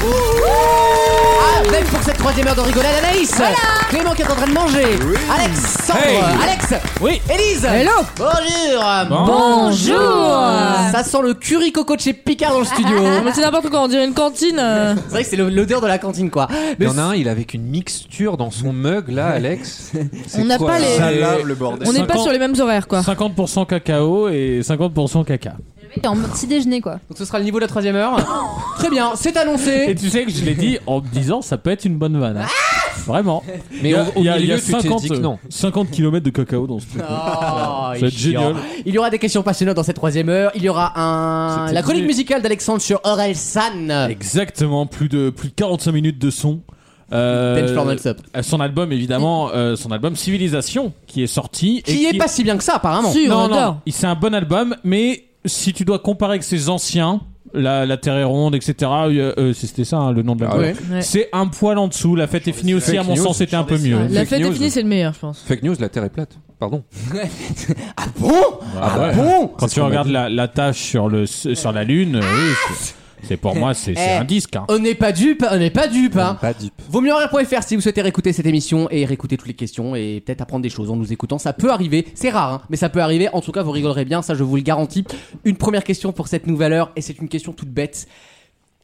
Ah, Même pour cette troisième heure de rigolade, Anaïs Clément qui est en train de manger Alexandre Hey. Alex Oui. Élise Hello. Bonjour Bonjour Ça sent le curry coco de chez Picard dans le studio Mais c'est n'importe quoi, on dirait une cantine. euh. C'est vrai que c'est le- l'odeur de la cantine quoi Il Mais y en a un, il est avec une mixture dans son mug là, Alex. On n'a pas les. Ça lave le bordel. On n'est pas 50. sur les mêmes horaires quoi. 50% cacao et 50% caca. T'es en petit déjeuner quoi. Donc ce sera le niveau de la troisième heure Très bien, c'est annoncé Et tu sais que je l'ai dit en me disant ça peut être une bonne vanne. hein. Vraiment. Mais au, au milieu, tu t'es dit que non. 50 km de cacao dans ce truc. Oh, Ça il va est être génial. chiant. Il y aura des questions passionnantes dans cette troisième heure. Il y aura un C'était la chronique dit. musicale d'Alexandre sur Aurel San. Exactement, plus de plus de 45 minutes de son. Euh, Ben Flournoy Sup. euh, son album évidemment, euh, son album Civilisation qui est sorti. et Qui est pas si bien que ça apparemment. Sûr, on Non, adore. non, il- c'est un bon album, mais si tu dois comparer avec ses anciens, la, la Terre est ronde, etc. euh, euh, c'était ça hein, le nom de Ah l'album. Ouais. Ouais. C'est un poil en dessous. La fête est finie aussi, Fake à mon news, sens, c'était un peu mieux. Ouais. La Fake fête news. est finie, c'est le meilleur, je pense. Fake news, la terre est plate. Pardon. Bon, Ah ouais. bon. Quand tu regardes la, la tâche sur, le, sur la Lune, oui, c'est- c'est pour moi, c'est c'est Ah Eh. un disque. hein. On n'est pas dupe, on n'est pas dupe. Hein. Pas deep. Vaut mieux en rire.fr si vous souhaitez réécouter cette émission et réécouter toutes les questions et peut-être apprendre des choses en nous écoutant. Ça peut arriver, c'est rare, hein, mais ça peut arriver. En tout cas, vous rigolerez bien, ça je vous le garantis. Une première question pour cette nouvelle heure, et c'est une question toute bête.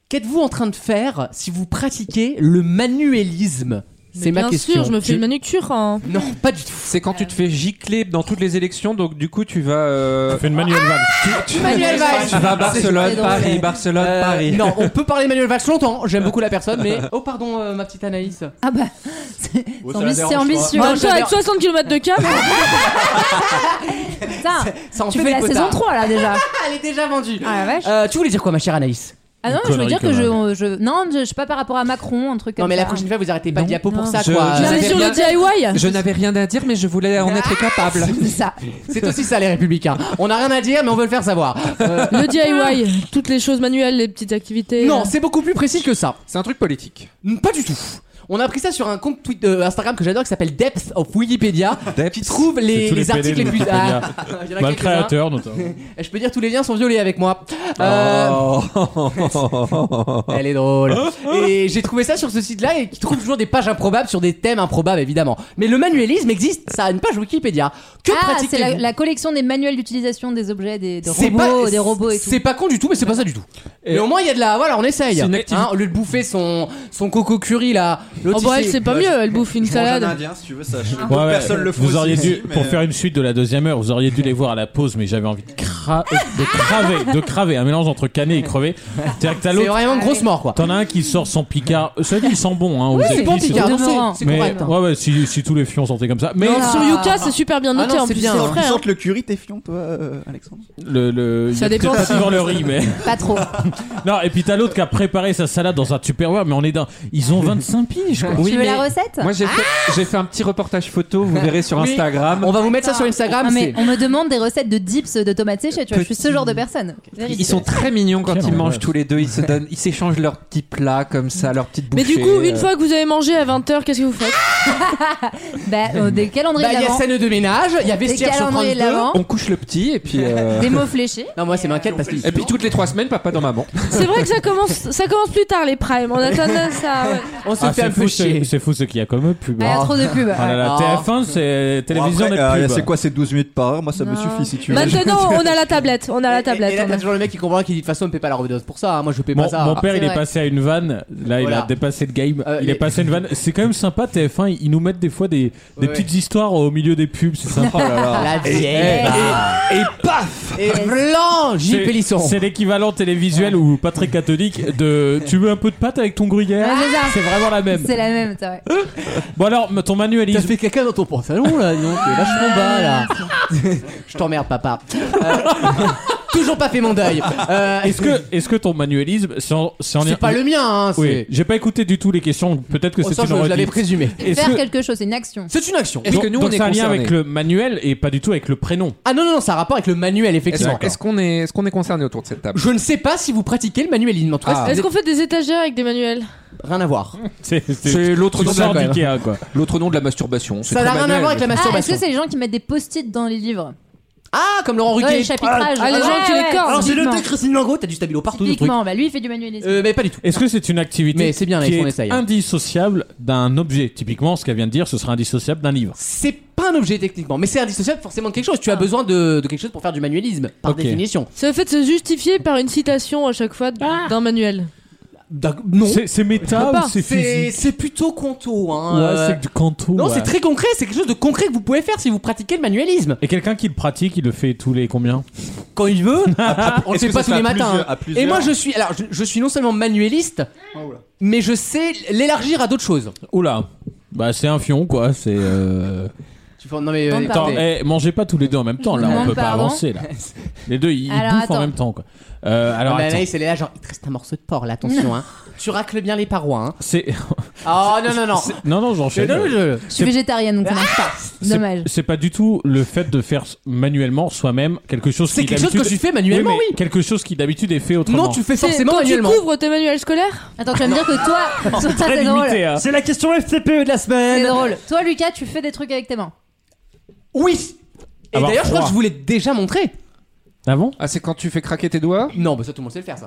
Qu'êtes-vous en train de faire si vous pratiquez le manuélisme Mais C'est ma bien question. sûr, je me fais Tu- une manucure. hein. Non, pas du tout. C'est quand tu te fais gicler dans toutes les élections, donc du coup tu vas. euh, Fais une manuelle ah vanne. Manuel Valls tu vas à Barcelone, Paris, Barcelone, Euh, Paris. Non, on peut parler de Manuel Valls longtemps, j'aime beaucoup la personne, mais. Oh, pardon, euh, ma petite Anaïs. Ah bah, c'est ambi- c'est ambitieux. Comme je ça, avec l'adore. 60 km de câble, Putain, Ça en tu fait fais des la potards. saison 3 là déjà. Ah, elle est déjà vendue. Ah la vache. Euh, tu voulais dire quoi, ma chère Anaïs Ah non, Une je veux dire que je, connerie, je. Non, je je sais pas par rapport à Macron, un truc comme Non, mais ça. la prochaine fois, vous arrêtez pas de diapo pour non. ça, Je- quoi. Euh, je- mais savez hein. sur le DIY. Je n'avais rien à dire, mais je voulais en être capable. Ah. ça. C'est aussi ça, les républicains. On a rien à dire, mais on veut le faire savoir. Euh, Le DIY, toutes les choses manuelles, les petites activités. non, euh. c'est beaucoup plus précis que ça. C'est un truc politique. Pas du tout. On a appris ça sur un compte Twitter, euh, Instagram que j'adore qui s'appelle Depth of Wikipédia qui trouve les, C'est les tous les PD articles de les plus. Ah, Wikipédia. il y en a Bah, le quelques-uns. créateur, notamment. Je peux dire tous les liens sont violés avec moi. Euh, Oh. Elle est drôle. Et j'ai trouvé ça sur ce site-là et qui trouve toujours des pages improbables sur des thèmes improbables évidemment. Mais le manuélisme existe, ça a une page Wikipédia. Que Ah, pratique c'est la, la collection des manuels d'utilisation des objets, des, des robots, des robots et tout. C'est pas con du tout, mais c'est pas ça du tout. Et- mais au moins il y a de la, voilà, on essaye. C'est une activité. Hein, au lieu de bouffer son son coco curry là, l'autre, Oh bah il elle, sait- c'est pas Bah, mieux, je- elle bouffe une Je mange un salade. indien si tu veux, ça. Je... Ouais, ouais. Personne le vous fera auriez aussi, dû, mais- pour euh, faire une suite de la deuxième heure, vous auriez dû les voir à la pause, mais j'avais envie de, cra- euh, de craver, de craver, un mélange entre canet et crevé. C'est-à-dire que t'as c'est l'autre, vraiment une grosse mort quoi. t'en as un qui sort son picard. Euh, Ça dit, il sent bon, hein, aux c'est épices, bon et tout. Picard, non, Demeurant. c'est c'est Mais, correct. hein. ouais, ouais, si, si tous les fions sentaient comme ça. Mais Non, Ah. Sur Yuka, c'est super bien noté Ah non, en c'est plus, bien, c'est hein. Tu frais. hein. sentes le curry, t'es fion, toi, euh, Alexandre le, le, Ça il y a dépend peut-être si- pas souvent le riz, mais. Pas trop. Non, et puis t'as l'autre qui a préparé sa salade dans un Tupperware, mais on est dans. Ils ont 25 piges, quoi. Oui, tu veux mais- la recette Moi j'ai fait, j'ai fait un petit reportage photo, vous verrez sur Oui. Instagram. On va vous mettre ça sur Instagram. Ah, mais c'est- on me demande des recettes de dips de tomates séchées, tu vois, je suis ce genre de personne. Ils sont très mignons quand Quelle ils mangent angoisse. tous les deux, ils se donnent, ils s'échangent leurs petits plats comme ça, leurs petites Mais bouchées. du coup, une euh. fois que vous avez mangé à 20h, qu'est-ce que vous faites Bah, euh, des calendriers Bah, il y a d'avant, scène de ménage, il y a des vestiaire sur calendriers 32. d'avant, on couche le petit et puis euh, des mots fléchés. Non, moi c'est m'inquiète parce que. et puis toutes les trois semaines papa dans maman. C'est vrai que ça commence, ça commence plus tard les primes. On a tendance à. ouais. On se Ah, fait c'est un peu fou, c'est chier. c'est fou ce qu'il y a comme pub. Ah, il y a trop de pubs. Ah là là, Ah. TF1, c'est télévision Bon, net après, euh, pub. C'est quoi ces 12 minutes par heure Moi, ça me Non. suffit si tu veux. Maintenant, on a la tablette. On a la Et, et là, tablette. t'as toujours le mec qui comprend qui dit de toute façon, on paie pas la redevance pour ça. hein, Moi, je paie Mon, pas ça. mon père, c'est il vrai. est passé à une vanne. Là, il Voilà. a dépassé le game. Euh, il les- est passé à une vanne. C'est quand même sympa, TF1. Ils nous mettent des fois des, des Ouais. petites histoires au milieu des pubs. C'est Oh sympa. là là. La Eh, vieille. et, et paf Et blanc, J. C'est- Pélisson. C'est l'équivalent télévisuel ou pas très catholique de tu veux un peu de pâte avec ton gruyère Ah, Ouais, c'est ça. C'est vraiment la même. C'est la même, c'est vrai. Bon alors, T'as ton manualisme. fait caca dans ton pantalon là, dis donc, t'es vachement bas là. Je t'emmerde, papa. Euh, toujours pas fait mon deuil. Euh, Est-ce que, est-ce que ton manualisme, c'est en- en- c'est pas le mien, hein, Oui, c'est. j'ai pas écouté du tout les questions. Peut-être que Au c'est sens, une je, je l'avais redite. présumé. Est-ce Faire que- quelque chose, c'est une action. C'est une action. Est-ce donc- que nous donc on est c'est un lien concernés avec le manuel et pas du tout avec le prénom. Ah non, non, non, ça a rapport avec le manuel, Est-ce effectivement. est-ce qu'on est, est-ce qu'on est concerné autour de cette table Je ne sais pas si vous pratiquez le manuelisme. En tout cas, Ah. c'est- Est-ce qu'on fait des étagères avec des manuels Ah, rien à voir. C'est C'est l'autre nom, de sort la- d'Ikea quoi. l'autre nom de la masturbation. c'est Ça très n'a rien à manuel. voir avec la Ah, est-ce que masturbation. c'est les gens qui mettent des post-it dans les livres Ah, comme Laurent Ruquier. Ouais, le chapitrage. Ah, les gens qui les cornes. Alors c'est le typiquement. texte Christine Langot, t'as du stabilo partout le truc. Typiquement, bah lui il fait du manualisme. Euh, mais pas du tout. Est-ce que c'est une activité Mais c'est bien, qui Alex, on est essaye. hein. indissociable d'un objet Typiquement, ce qu'elle vient de dire, ce sera indissociable d'un livre. C'est pas un objet techniquement, mais c'est indissociable forcément de quelque chose. Tu as besoin de, de quelque chose pour faire du manualisme, par Ok. définition. C'est le fait de se justifier par une citation à chaque fois d- Ah. d'un manuel. D'ac- Non. C'est c'est méta ou c'est Ah, C'est physique c'est plutôt conto. Hein. Ouais, Euh, c'est du canto. Non, ouais. c'est très concret, c'est quelque chose de concret que vous pouvez faire si vous pratiquez le manualisme. Et quelqu'un qui le pratique, il le fait tous les combien Quand il veut, on le Est-ce fait que pas ça tous fait les à matins. plusieurs- hein. à plusieurs Et moi je suis alors je, je suis non seulement manueliste, mais je sais l'élargir à d'autres choses. Oula Bah, c'est un fion, quoi. C'est. euh, Tu fais- non mais euh, Attends, Attends, écoutez. eh, mangez pas tous les deux en même temps, là, on Demande peut pas pardon. avancer, là. Les deux, ils, ils Alors, bouffent en attends. même temps, quoi. Euh, alors, Ah, mais attends. Anaïs, elle est là, genre, il te reste un morceau de porc là, attention, hein. Tu racles bien les parois, hein. C'est. Oh non, non, non. Non, non, Je- j'enchaîne. non, je- Je suis végétarienne donc ça marche pas. C'est- Dommage. C'est pas du tout le fait de faire manuellement soi-même quelque chose C'est qui quelque chose que d'habitude- tu fais manuellement, mais oui. Quelque chose qui d'habitude est fait autrement. Non, tu le fais C'est forcément quand manuellement. tu couvres tes manuels scolaires Attends, tu vas me dire que toi, toi, ça c'est drôle. hein. C'est la question FCPE de la Ah, C'est semaine. drôle. Toi, Lucas, tu fais des trucs avec tes mains. Oui. Et Avoir d'ailleurs, je crois froid. que je vous l'ai déjà montré. Ah bon Ah, c'est quand tu fais craquer tes doigts Non, bah ça, tout le monde sait le faire, ça.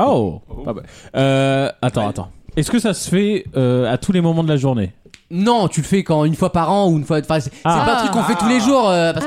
Oh, Ah bah. Euh, Attends, attends. Est-ce que ça se fait euh, à tous les moments de la journée Non, tu le fais quand une fois par an ou une fois. Enfin, c'est c'est Ah. pas un truc qu'on fait tous les jours euh, parce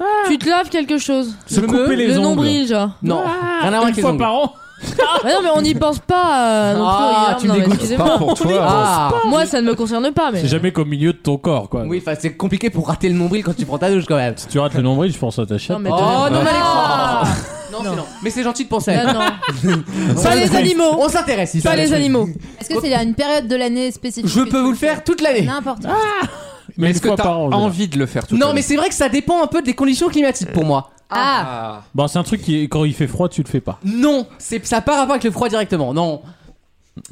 Ah, Tu te laves quelque chose. Se me- couper les le ongles. nombril, genre. que. Non, rien à voir Une avec les fois ongles. par an Bah non, mais on n'y pense pas. euh, non plus, Ah, Guillaume, tu me non, mais dégoûtes. excusez-moi. pour toi. Ah. Moi, ça ne me concerne pas, mais. C'est jamais qu'au milieu de ton corps, quoi. Oui, enfin, c'est compliqué pour rater le nombril quand tu prends ta douche quand même. Si tu rates le nombril, je pense à ta chatte. Non, mais Oh de- non, mais Ah. Alexandre. Non, c'est non. Mais c'est gentil de penser. à Là, elle. non. Ça, Pas les c'est- animaux. On s'intéresse ici. Pas les animaux. Est-ce que c'est à une période de l'année spécifique Je que tu peux vous le faire toute l'année. N'importe. Mais une est-ce que fois t'as par an, je veux dire. envie de le faire tout Non, mais c'est vrai que ça dépend un peu des conditions climatiques pour moi. Ah, Ah. Bon, c'est un truc qui, est- quand il fait froid, tu le fais pas. Non, c'est ça part pas avec le froid directement. Non.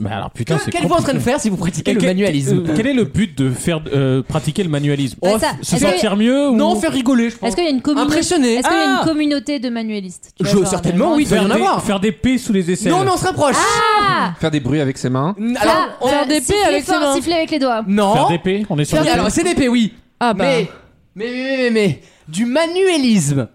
Mais alors, putain, Que- c'est Qu'elle vous en train de compliqué. faire si vous pratiquez Et le que- manualisme euh, Quel est le but de faire euh, pratiquer le manualisme Bah, Ouais, Oh, ça. Se Est-ce que- sentir mieux ou Non, faire rigoler, je pense. est-ce qu'il y a une communauté Impressionner. Est-ce qu'il y a Ah une communauté de manualistes Tu vois, Je- genre, certainement, vraiment, oui, il doit y en des, avoir. faire des P sous les aisselles Non, mais on se rapproche. Ah, Faire des bruits avec ses mains. Mm, Faire- Alors, on- faire des siffler pieds avec ses fort, mains. Siffler avec les doigts. Faire non. des P On est sur Faire- des P Alors, c'est des P, oui. Ah bah. Mais, mais, mais, mais, mais, du manuélisme.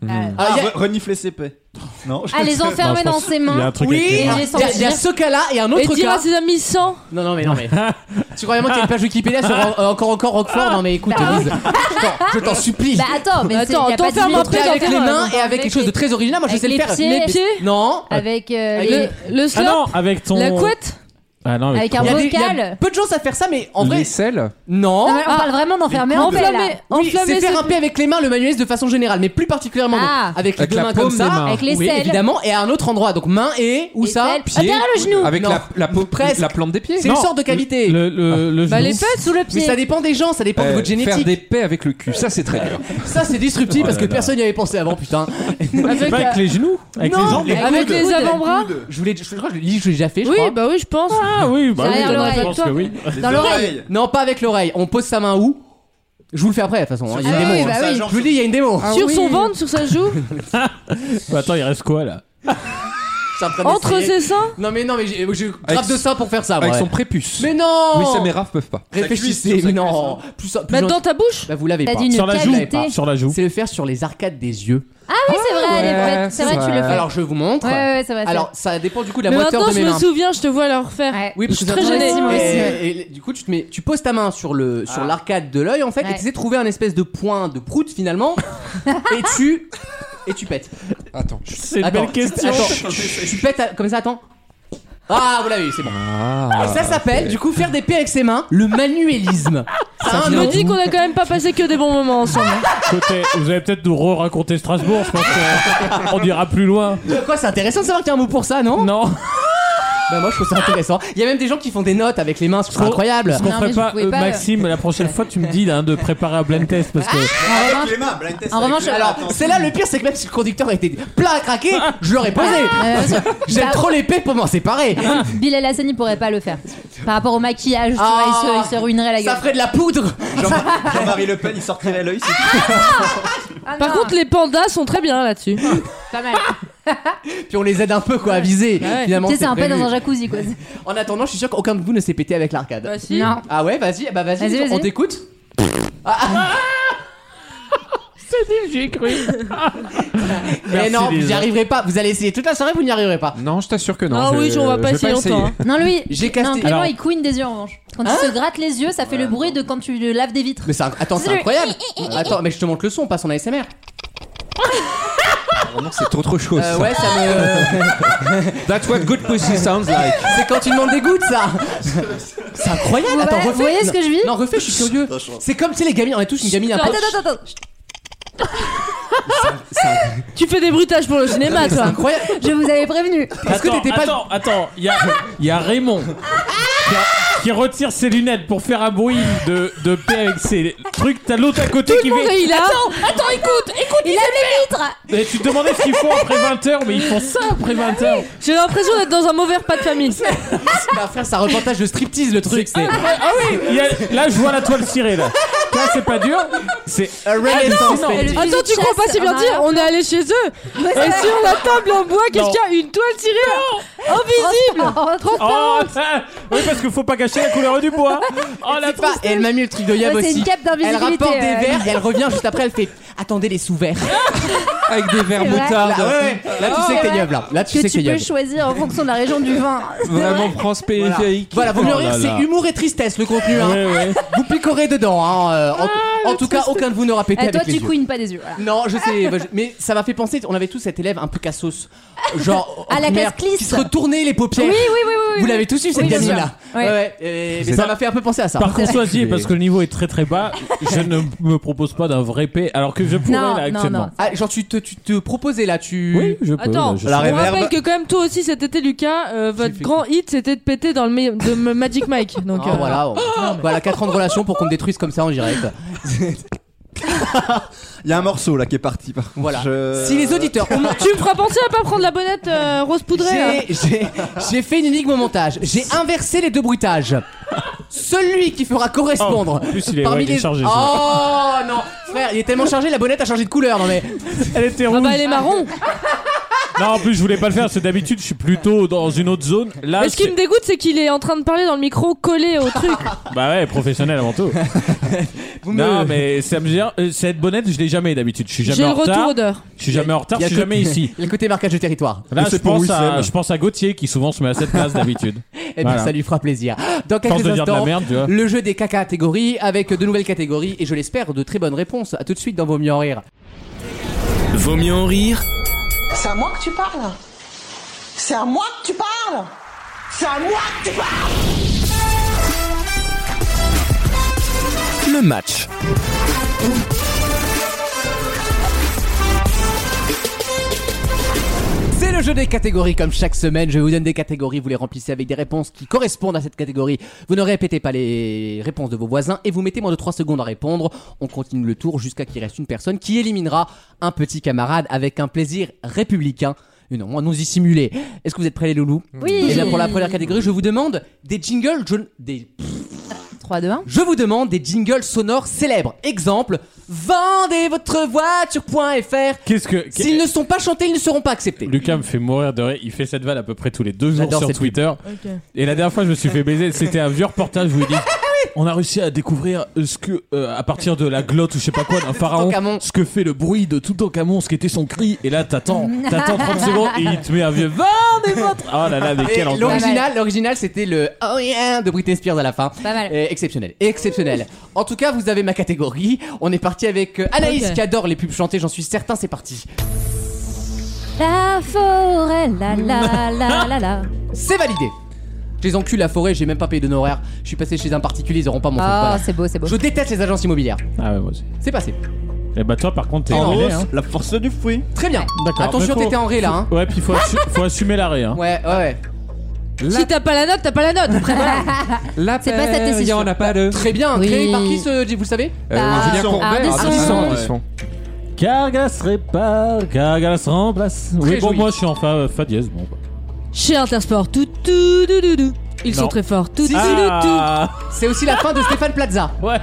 Hmm. Euh, Alors, Ah, il Ah, y a- Renifler ses paix. Non, je- Ah, les Non, enfermer je dans pense- ses Il y a un mains. truc oui, avec les il y mains. a- les il y a- il y a sentir. ce cas-là et un Et autre dire cas. à ses amis sans. Non, non, mais non, mais. tu crois vraiment qu'il y a une page Wikipédia sur en- euh, encore, encore Roquefort Non, mais écoute, Lise, je t'en- je t'en supplie. Bah attends, mais c'est- Attends, y a pas de t'enfermes limite. un peu Après, avec dans les tes mains mains, et avec avec quelque chose de les- très original, moi je avec sais le les faire. pieds. Les pieds Non. Avec euh, Avec les- Le, le Ah slap non, avec ton. La couette Ah non, Avec ton- un Il y, a des- il y a vocal. peu de gens à faire ça, mais en vrai, L'aisselle non. Ah, Non, mais on parle vraiment d'enfermer en paix, là. Enflammé Oui, c'est enflammé, faire un c'est- P avec les mains, le manualisme de façon générale, mais plus particulièrement donc, Ah. avec les Avec deux la mains paume comme ça, des mains. Avec les oui, selles. évidemment, et à un autre endroit. Donc main et où Les ça selles. Ah, derrière le genou. Avec Non. la, la, peau- Presque. la plante des pieds C'est une sorte de cavité. Le, le, le Bah, genou. les fesses Sous le Mais pied. ça dépend des gens, ça dépend de Euh, votre Faire génétique. des paix avec le cul, ça c'est très dur. Ça c'est disruptif parce que personne n'y avait pensé avant, putain. C'est Avec, pas euh, avec les genoux Avec Non, les jambes les- avec coudes. les avant-bras Je voulais, je crois que je l'ai je l'ai déjà fait, je Oui, crois. bah oui, je pense. Ah oui, bah oui, Derrière l'oreille, je avec pense toi. que oui. les dans l'oreille. oreilles. Non, pas avec l'oreille. On pose sa main où Je vous le fais après de toute façon. hein. Il y a une Ah oui, démo. bah hein. oui. Ah Je vous le dis, il y a une démo. sur son ventre, sur sa Ah, joue, Bah, attends, il reste quoi là Je suis en train entre d'essayer. ses seins. Non mais non mais j'ai- je Avec grave de ça pour faire ça. Avec moi. son prépuce. Ah, Mais non. Oui, ça mes raves peuvent pas. Réfléchissez, mais non. hein. Plus, ça- plus Bah, gentil. dans ta bouche Bah, vous l'avez T'as pas. dit une Sur la l'avais qualité. pas. joue ah, Sur la joue. C'est le faire sur les arcades des yeux. Ah Oui, c'est vrai, elle est ouais, vraie. c'est c'est vrai, tu le vrai. fais. Alors je vous montre. Ouais, ouais, ouais, c'est vrai. c'est Alors ça dépend du coup de la Mais moiteur maintenant, de je mes me mains. souviens, je te vois la refaire. vrai. Ouais. Oui, parce que Je suis très ça- gênée. Et- Moi aussi, moi Et, et du coup, tu te mets, tu poses ta main sur le sur l'arcade de l'œil en fait, et Ouais. tu sais trouver un espèce de point de prout finalement, et tu et tu pètes. Attends. C'est une Attends, belle question. attends, tu pètes à- comme ça, attends. Ah, vous l'avez, eu, c'est bon. Ah. et ça s'appelle du coup faire des pieds avec ses mains, le manuélisme. Ça a On un me nom. dit qu'on a quand même pas passé que des bons moments ensemble. Côté, vous allez peut-être nous re-raconter Strasbourg, je pense qu'on on ira plus loin. Quoi, c'est intéressant de savoir qu'il y a un mot pour ça, Oh. non Non, Bah moi je trouve ça intéressant. Il y a même des gens qui font des notes avec les mains, c'est Trop- incroyable. qu'on Non, mais ferait vous pas, pouvez euh, pas, euh. Maxime, la prochaine fois tu me dis hein, de préparer un blind test parce Ah que. En revanche- Avec les mains, blind test En avec revanche, les mains. Alors, Attends, c'est là le pire, c'est que même si le conducteur était plein à craquer, je l'aurais posé. Euh, bien sûr. J'aime Bah, trop l'épée pour m'en séparer. Bilal Hassani pourrait pas le faire. Par rapport au maquillage, tu vois, il se- il, se, ruinerait la Ah. Ça gueule. ferait de la poudre. Jean- Jean-Marie Le Pen, il sortirait l'œil. c'est- Par contre, les pandas sont très bien là-dessus. pas mal. Puis on les aide un peu quoi à viser. Ouais. Finalement, Bah Tu sais, c'est un peu prévu. dans un jacuzzi quoi. En attendant, je suis sûr qu'aucun de vous ne s'est pété avec l'arcade. Bah, si. Non. Ah ouais, vas-y, bah vas-y, Vas-y, on vas-y. t'écoute. J'y ai cru. Mais Merci, non, vous n'y Lisa. arriverez pas. Vous allez essayer toute la soirée, vous n'y arriverez pas. Non, je t'assure que non. Ah je- oui, on va je pas vais essayer Hein longtemps. hein. Non, lui, J'ai casté- non, Clément, Alors- il couine des yeux en revanche. Quand il se gratte les yeux, ça fait le bruit de quand tu le laves des vitres. Mais c'est inc- attends, C'est c'est le- incroyable. Attends, mais je te montre le son, pas son ASMR. Vraiment, c'est autre chose. Euh, ça. ouais, ça me. That's what good pussy sounds like. c'est quand tu demandes des gouttes, ça. C'est incroyable. Vous Attends, voyez- refais. vous voyez ce que je vis Non, refais, je suis curieux. C'est comme si les gamines, on est tous une gamine un Attends, peu. attends, attends. attends. Tu fais des brutages pour le cinéma, C'est toi. incroyable. Je vous avais prévenu. Parce que Attends, t'étais pas. Attends, attends, il y a, il y a Raymond qui, a- qui retire ses lunettes pour faire un bruit de, de paix avec ses trucs. T'as l'autre à côté qui fait. Il a. Attends, écoute, écoute, il lave les vitres. Et tu te demandais ce qu'ils font après 20h, mais ils font ça après 20h. J'ai l'impression d'être dans un mauvais repas de famille. On va faire sa reportage de striptease, le truc. C'est. Ah oui, il y a- là je vois la toile cirée là. Là c'est pas dur, c'est Ah, A renaissance non. painting. Fusil Attends, de tu crois chasse ah, pas si en bien dire arrière. On est allé chez eux. Et sur la table en bois, qu'est-ce qu'il y a Une toile tirée invisible. Oh, trop Oh ah, Oui, parce qu'il faut pas cacher la couleur du bois. Oh la C'est pas- Et elle m'a mis le truc de Yab Ouais, c'est aussi. une cape elle d'invisibilité, rapporte des euh, verres et elle revient juste après. Elle fait Attendez les sous-verres. Avec des verres C'est vrai. moutardes. Là, ouais, ouais. Là, tu sais que c'est t'es vrai. yeuble. Là. là, tu sais que Oh, que t'es tu peux yeuble. choisir en fonction de la région du vin. C'est Vraiment vrai. France périphérique. Voilà, vaut mieux Oh rire, là là. c'est humour et tristesse le contenu. hein. Ouais, ouais. Vous picorez dedans. hein, euh, en, en tout cas, aucun de vous n'aura pété Ah, Eh, avec toi, les tu yeux. couines pas des yeux. voilà. Non, je sais, bah, je- mais ça m'a fait penser. On avait tous cet élève un peu cassos, genre en À la primaire, classe Clis. qui se retournait les paupières. Oui, oui, oui, oui, oui. Vous l'avez tous eu cette Oui, bien gamine là. sûr. Ouais. et- mais ça m'a fait un peu penser à ça. Par contre, choisis, parce que le niveau est très très bas, je ne me propose pas d'un vrai P, alors que je pourrais Non, là non, actuellement. non. Ah, genre tu te, tu te proposais là, tu. Oui, je peux. euh, Attends, là, je La on réverbe. rappelle que quand même toi aussi cet été Lucas, euh, votre grand hit c'était de péter dans le me- de M- Magic Mike. Donc Ah, euh, voilà, on- voilà, 4 ans de relation pour qu'on me détruise comme ça en direct. Il y a un morceau là qui est parti. Par contre. Voilà. Je- Si les auditeurs ont Tu me feras penser à pas prendre la bonnette euh, rose poudrée. là. J'ai- J'ai j'ai fait une énigme au montage. J'ai inversé les deux bruitages. Celui qui fera correspondre. Oh, en plus, il est- ouais, il est chargé, celui-là. Oh non, frère, il est tellement chargé, la bonnette a changé de couleur. Non mais. Elle était Ah rouge. bah elle est marron. Non, en plus, je voulais pas le faire parce que d'habitude, je suis plutôt dans une autre zone. Là, ah, Mais ce qui me c'est- dégoûte c'est qu'il est en train de parler dans le micro collé au truc. bah ouais, professionnel avant tout. Vous non, me- mais ça me gère. euh, Cette bonnette, je l'ai jamais d'habitude. Je suis J'ai jamais le en retour retard. odeur. Je suis jamais en retard. Il y Je a suis que- jamais ici. Il y a le côté marquage de territoire. Là, Mais je c'est pour pense, à, Wissem. je pense à Gauthier qui souvent se met à cette place d'habitude. Et Eh bien, Voilà. ça lui fera plaisir. Ah, Dans Je pense quelques de dire de instants, la merde, tu vois. le jeu des caca catégories avec de nouvelles catégories et je l'espère de très bonnes réponses. À tout de suite dans Vaut mieux en rire. Vaut mieux en rire C'est à moi que tu parles C'est à moi que tu parles C'est à moi que tu parles le match. C'est le jeu des catégories comme chaque semaine. Je vous donne des catégories, vous les remplissez avec des réponses qui correspondent à cette catégorie. Vous ne répétez pas les réponses de vos voisins et vous mettez moins de 3 secondes à répondre. On continue le tour jusqu'à qu'il reste une personne qui éliminera un petit camarade avec un plaisir républicain. Et non, non dissimulé. Est-ce que vous êtes prêts les loulous Oui. Et bien pour la première catégorie, je vous demande des jingles, je- des 3, 2, 1. je vous demande des jingles sonores célèbres. Exemple, vendez votre voiture.fr. Qu'est-ce que. S'ils ne sont pas chantés, ils ne seront pas acceptés. Lucas me fait mourir de rire. Il fait cette vanne à peu près tous les deux jours J'adore sur cette Twitter. Et la dernière fois, je me suis fait baiser. C'était un vieux reportage, je vous dis. On a réussi à découvrir euh, ce que, euh, à partir de la glotte ou je sais pas quoi d'un pharaon, Toutankhamon. ce que fait le bruit de Toutankhamon, ce qu'était son cri. Et là, t'attends, t'attends 30 secondes et il te met un vieux vent des vôtres. Oh là là, mais Et quel enfer. L'original, l'original, c'était le Oh yeah de Britney Spears à la fin. Pas mal. Euh, exceptionnel, exceptionnel. En tout cas, vous avez ma catégorie. On est parti avec euh, Anaïs Ok. qui adore les pubs chantées. J'en suis certain. C'est parti. La forêt, la la la la la. C'est validé. Je les encule la forêt. J'ai même pas payé d'honoraires. Je suis passé chez un particulier. Ils auront pas mon fond de Oh, commerce. c'est beau, c'est beau. Je déteste les agences immobilières. Ah ouais, moi aussi. C'est passé. Et bah, toi, par contre, t'es En emmêlé, hausse, hein. la force du fruit. Très bien. D'accord. Attention, Mais faut- t'étais en ré là. Hein. Ouais, puis faut, assu- faut assumer l'arrêt. Hein. Ouais, ouais, ouais. Si t'as pas la note, t'as pas la note. Après, voilà. La C'est pas ça, paire, t'es Il y sûr. en a pas Euh, de. Très bien. Oui. Créé par qui ce, vous le savez Bah, Ah, Julien Ardisson. Courbet. Ardisson. Ardisson, hein. Ouais. Ardisson. Cargas répare, Cargas remplace. Oui, Très bon, joli. moi, je suis en fa, fa dièse. Bon, bah. Chez Intersport, tout tout dou, dou, dou. Ils Non. sont très forts. Tout tout tout. Ah, C'est aussi la fin de Stéphane Plaza. ouais.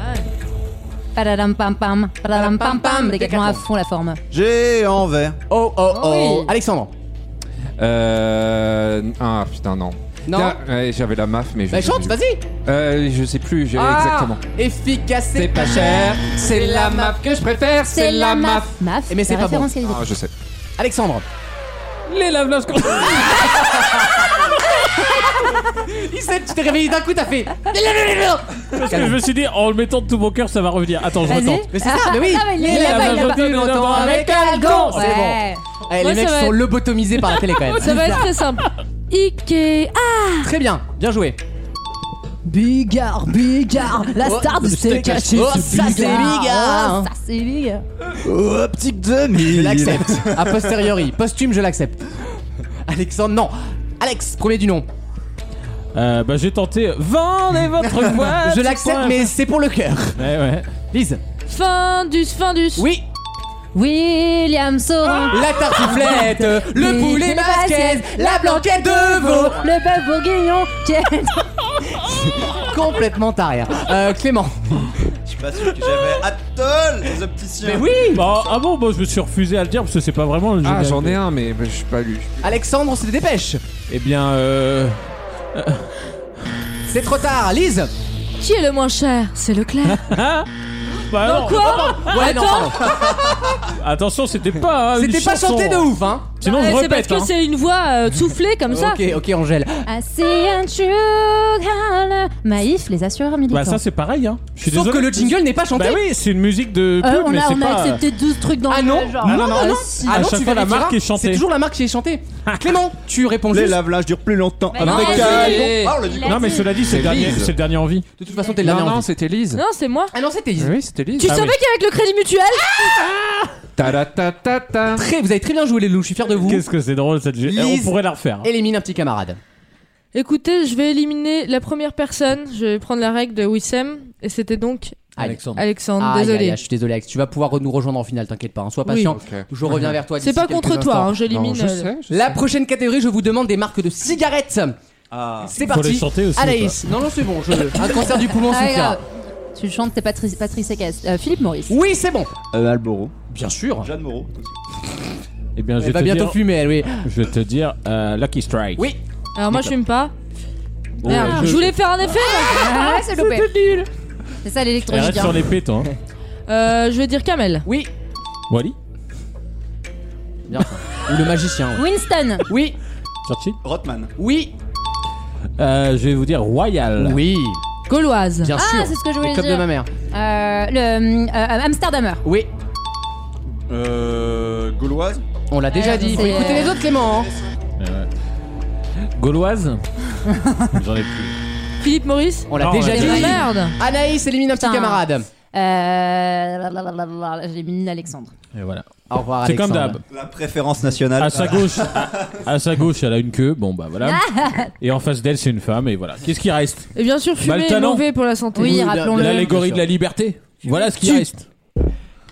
Padadam pam pam, padadam pam pam. Décathlon à Décathlon. fond la forme. J'ai en vert. Oh oh Oh oh. oui. Alexandre. Euh. Ah putain, non. Non Tiens, ouais, j'avais la maf, mais je. Bah chante, vas-y Euh, je sais plus, j'ai- Ah. exactement. Efficace, C'est pas cher, c'est la maf que je préfère, c'est la maf. Maf. Eh, mais c'est la pas bon. référence à l'idée. Ah, je sais. Alexandre Les lave-linges qu'on- Il s'est- Tu t'es réveillé d'un coup, t'as fait Parce que je me suis dit, en le mettant de tout mon cœur, ça va revenir. Attends, je Vas-y. retente. Mais c'est ça, mais oui Ah, mais il est Les là-bas, lave-linges il est là-bas. ont tenu longtemps avec Algon Oh, C'est bon Ouais. Eh, Moi, Les ça mecs va sont être- lobotomisés par la télé quand même Ça va être très simple. Ikea. Très bien, bien joué Bigard, Bigard, la Oh, star du je te steak cache. haché Oh, sous ça, c'est Bigard. Oh, ça c'est Bigard. Oh, petite demi Je l'accepte A posteriori, posthume, je l'accepte Alexandre, non Alex, premier du nom Euh, bah, j'ai tenté. Vendez votre voix. Je l'accepte, mais c'est pour le cœur Ouais, Eh ouais. Lise Fin du fin du. Oui William Sorin, La tartiflette, le Les- poulet les basquez, baskets, la blanquette de veau le bœuf bourguignon, qui est- Complètement taré Euh, Clément Je suis pas sûr que j'avais Atoll, les opticiens. Bah, ah bon, bah, je me suis refusé à le dire parce que c'est pas vraiment le jeu. Ah, j'en ai un, mais je suis pas lu. Alexandre, on se dépêche Eh bien, euh. C'est trop tard, Lise Qui est le moins cher C'est Leclerc. Bah, non, Quoi Ouais, non, pardon. Attention, c'était pas. hein, une C'était pas chanson. chanté de ouf, hein Sinon, Eh, je C'est parce répète. que hein. c'est une voix euh, soufflée comme ça. Ok, ok, Angèle. I see and true color. Maïf, les assureurs militants. Bah, ça, c'est pareil, hein. Je suis Sauf désolé. que le jingle n'est pas chanté. Bah oui, c'est une musique de pub, Euh, on mais a, c'est on a pas. accepté 12 trucs dans Ah le non, genre. Non, non, non, Ah, non. si. Ah À non, chaque tu fois, la vérifieras. marque est chantée. C'est toujours la marque qui est chantée. Clément, tu réponds Les juste. lave-linges durent plus longtemps. non, Avec vas-y. Algon. Ah, on l'a dit. Il a Non, mais dit. cela dit, c'est le, C'est dernier- Lise. c'est le dernier en vie. De toute façon, t'es le Non, dernier. non, en vie. c'était Lise. Non, c'est moi. Ah non, c'était Lise. Oui, c'était Lise. Tu Ah savais oui. qu'avec le crédit mutuel, Ta ta ta ta ta. Très, vous avez très bien joué les loups, je suis fier de vous. Qu'est-ce que c'est drôle cette jeu. Eh, On Lise. pourrait la refaire. Hein. Élimine un petit camarade. Écoutez, je vais éliminer la première personne. Je vais prendre la règle de Wissem. Et c'était donc Alexandre. Alexandre. Aïe, désolé. aïe, aïe, je suis désolé, Alex. Tu vas pouvoir nous rejoindre en finale, t'inquiète pas. hein. Sois Oui. patient. Ok. Je reviens vers toi. C'est d'ici pas quelques contre toi, instants. hein, j'élimine. Non, je euh, sais. je La sais. prochaine catégorie, je vous demande des marques de cigarettes. Ah. C'est Faut les parti. chanter aussi. Anaïs. Non, non, c'est bon. je- Un cancer du poumon Ah, souffert. grave. Tu le chantes, t'es Patrice, Patrice Eckes. Euh, Philippe Maurice. Oui, c'est bon. Euh, Alboro. Bien sûr. Jeanne Ah, Moreau. quoi. Eh bien, je vais, Elle va te bientôt dire, fumer, elle, oui. je vais te dire euh, Lucky Strike. Oui. Alors moi, je fume pas. Merde, je- je voulais faire un effet. Ah, c'est loupé. nul. C'est ça Elle l'électronique. reste sur hein. les pets, toi. hein. Euh, je vais dire Kamel. Oui. Wally Bien. Ou le magicien. ouais. Winston. Oui. Churchill Rotman. Oui. Euh, Je vais vous dire Royal. Oui. Gauloise. Bien Ah, sûr. c'est ce que je voulais Les clubs dire. de ma mère. Euh, le euh, Amsterdamer. Oui. Euh. Gauloise. On l'a déjà Ouais, dit. c'est- Faut écouter les autres, Clément. hein. Euh, Gauloise J'en ai plus. Philippe Maurice. On l'a Non, déjà on l'a C'est dit. une merde. Anaïs élimine un petit Putain. camarade. Euh, j'ai mis Alexandre. Et voilà. Au revoir, C'est comme Alexandre. d'hab. La préférence nationale. Ah, Ah, À sa gauche, à, à sa gauche, elle a une queue. Bon bah voilà. Et en face d'elle, c'est une femme. Et voilà. Qu'est-ce qui reste Et bien sûr, fumer est Maltalent. mauvais pour la santé. Oui, Oui, rappelons-le. là, les- L'allégorie de la liberté. Voilà ce qui Tu- reste.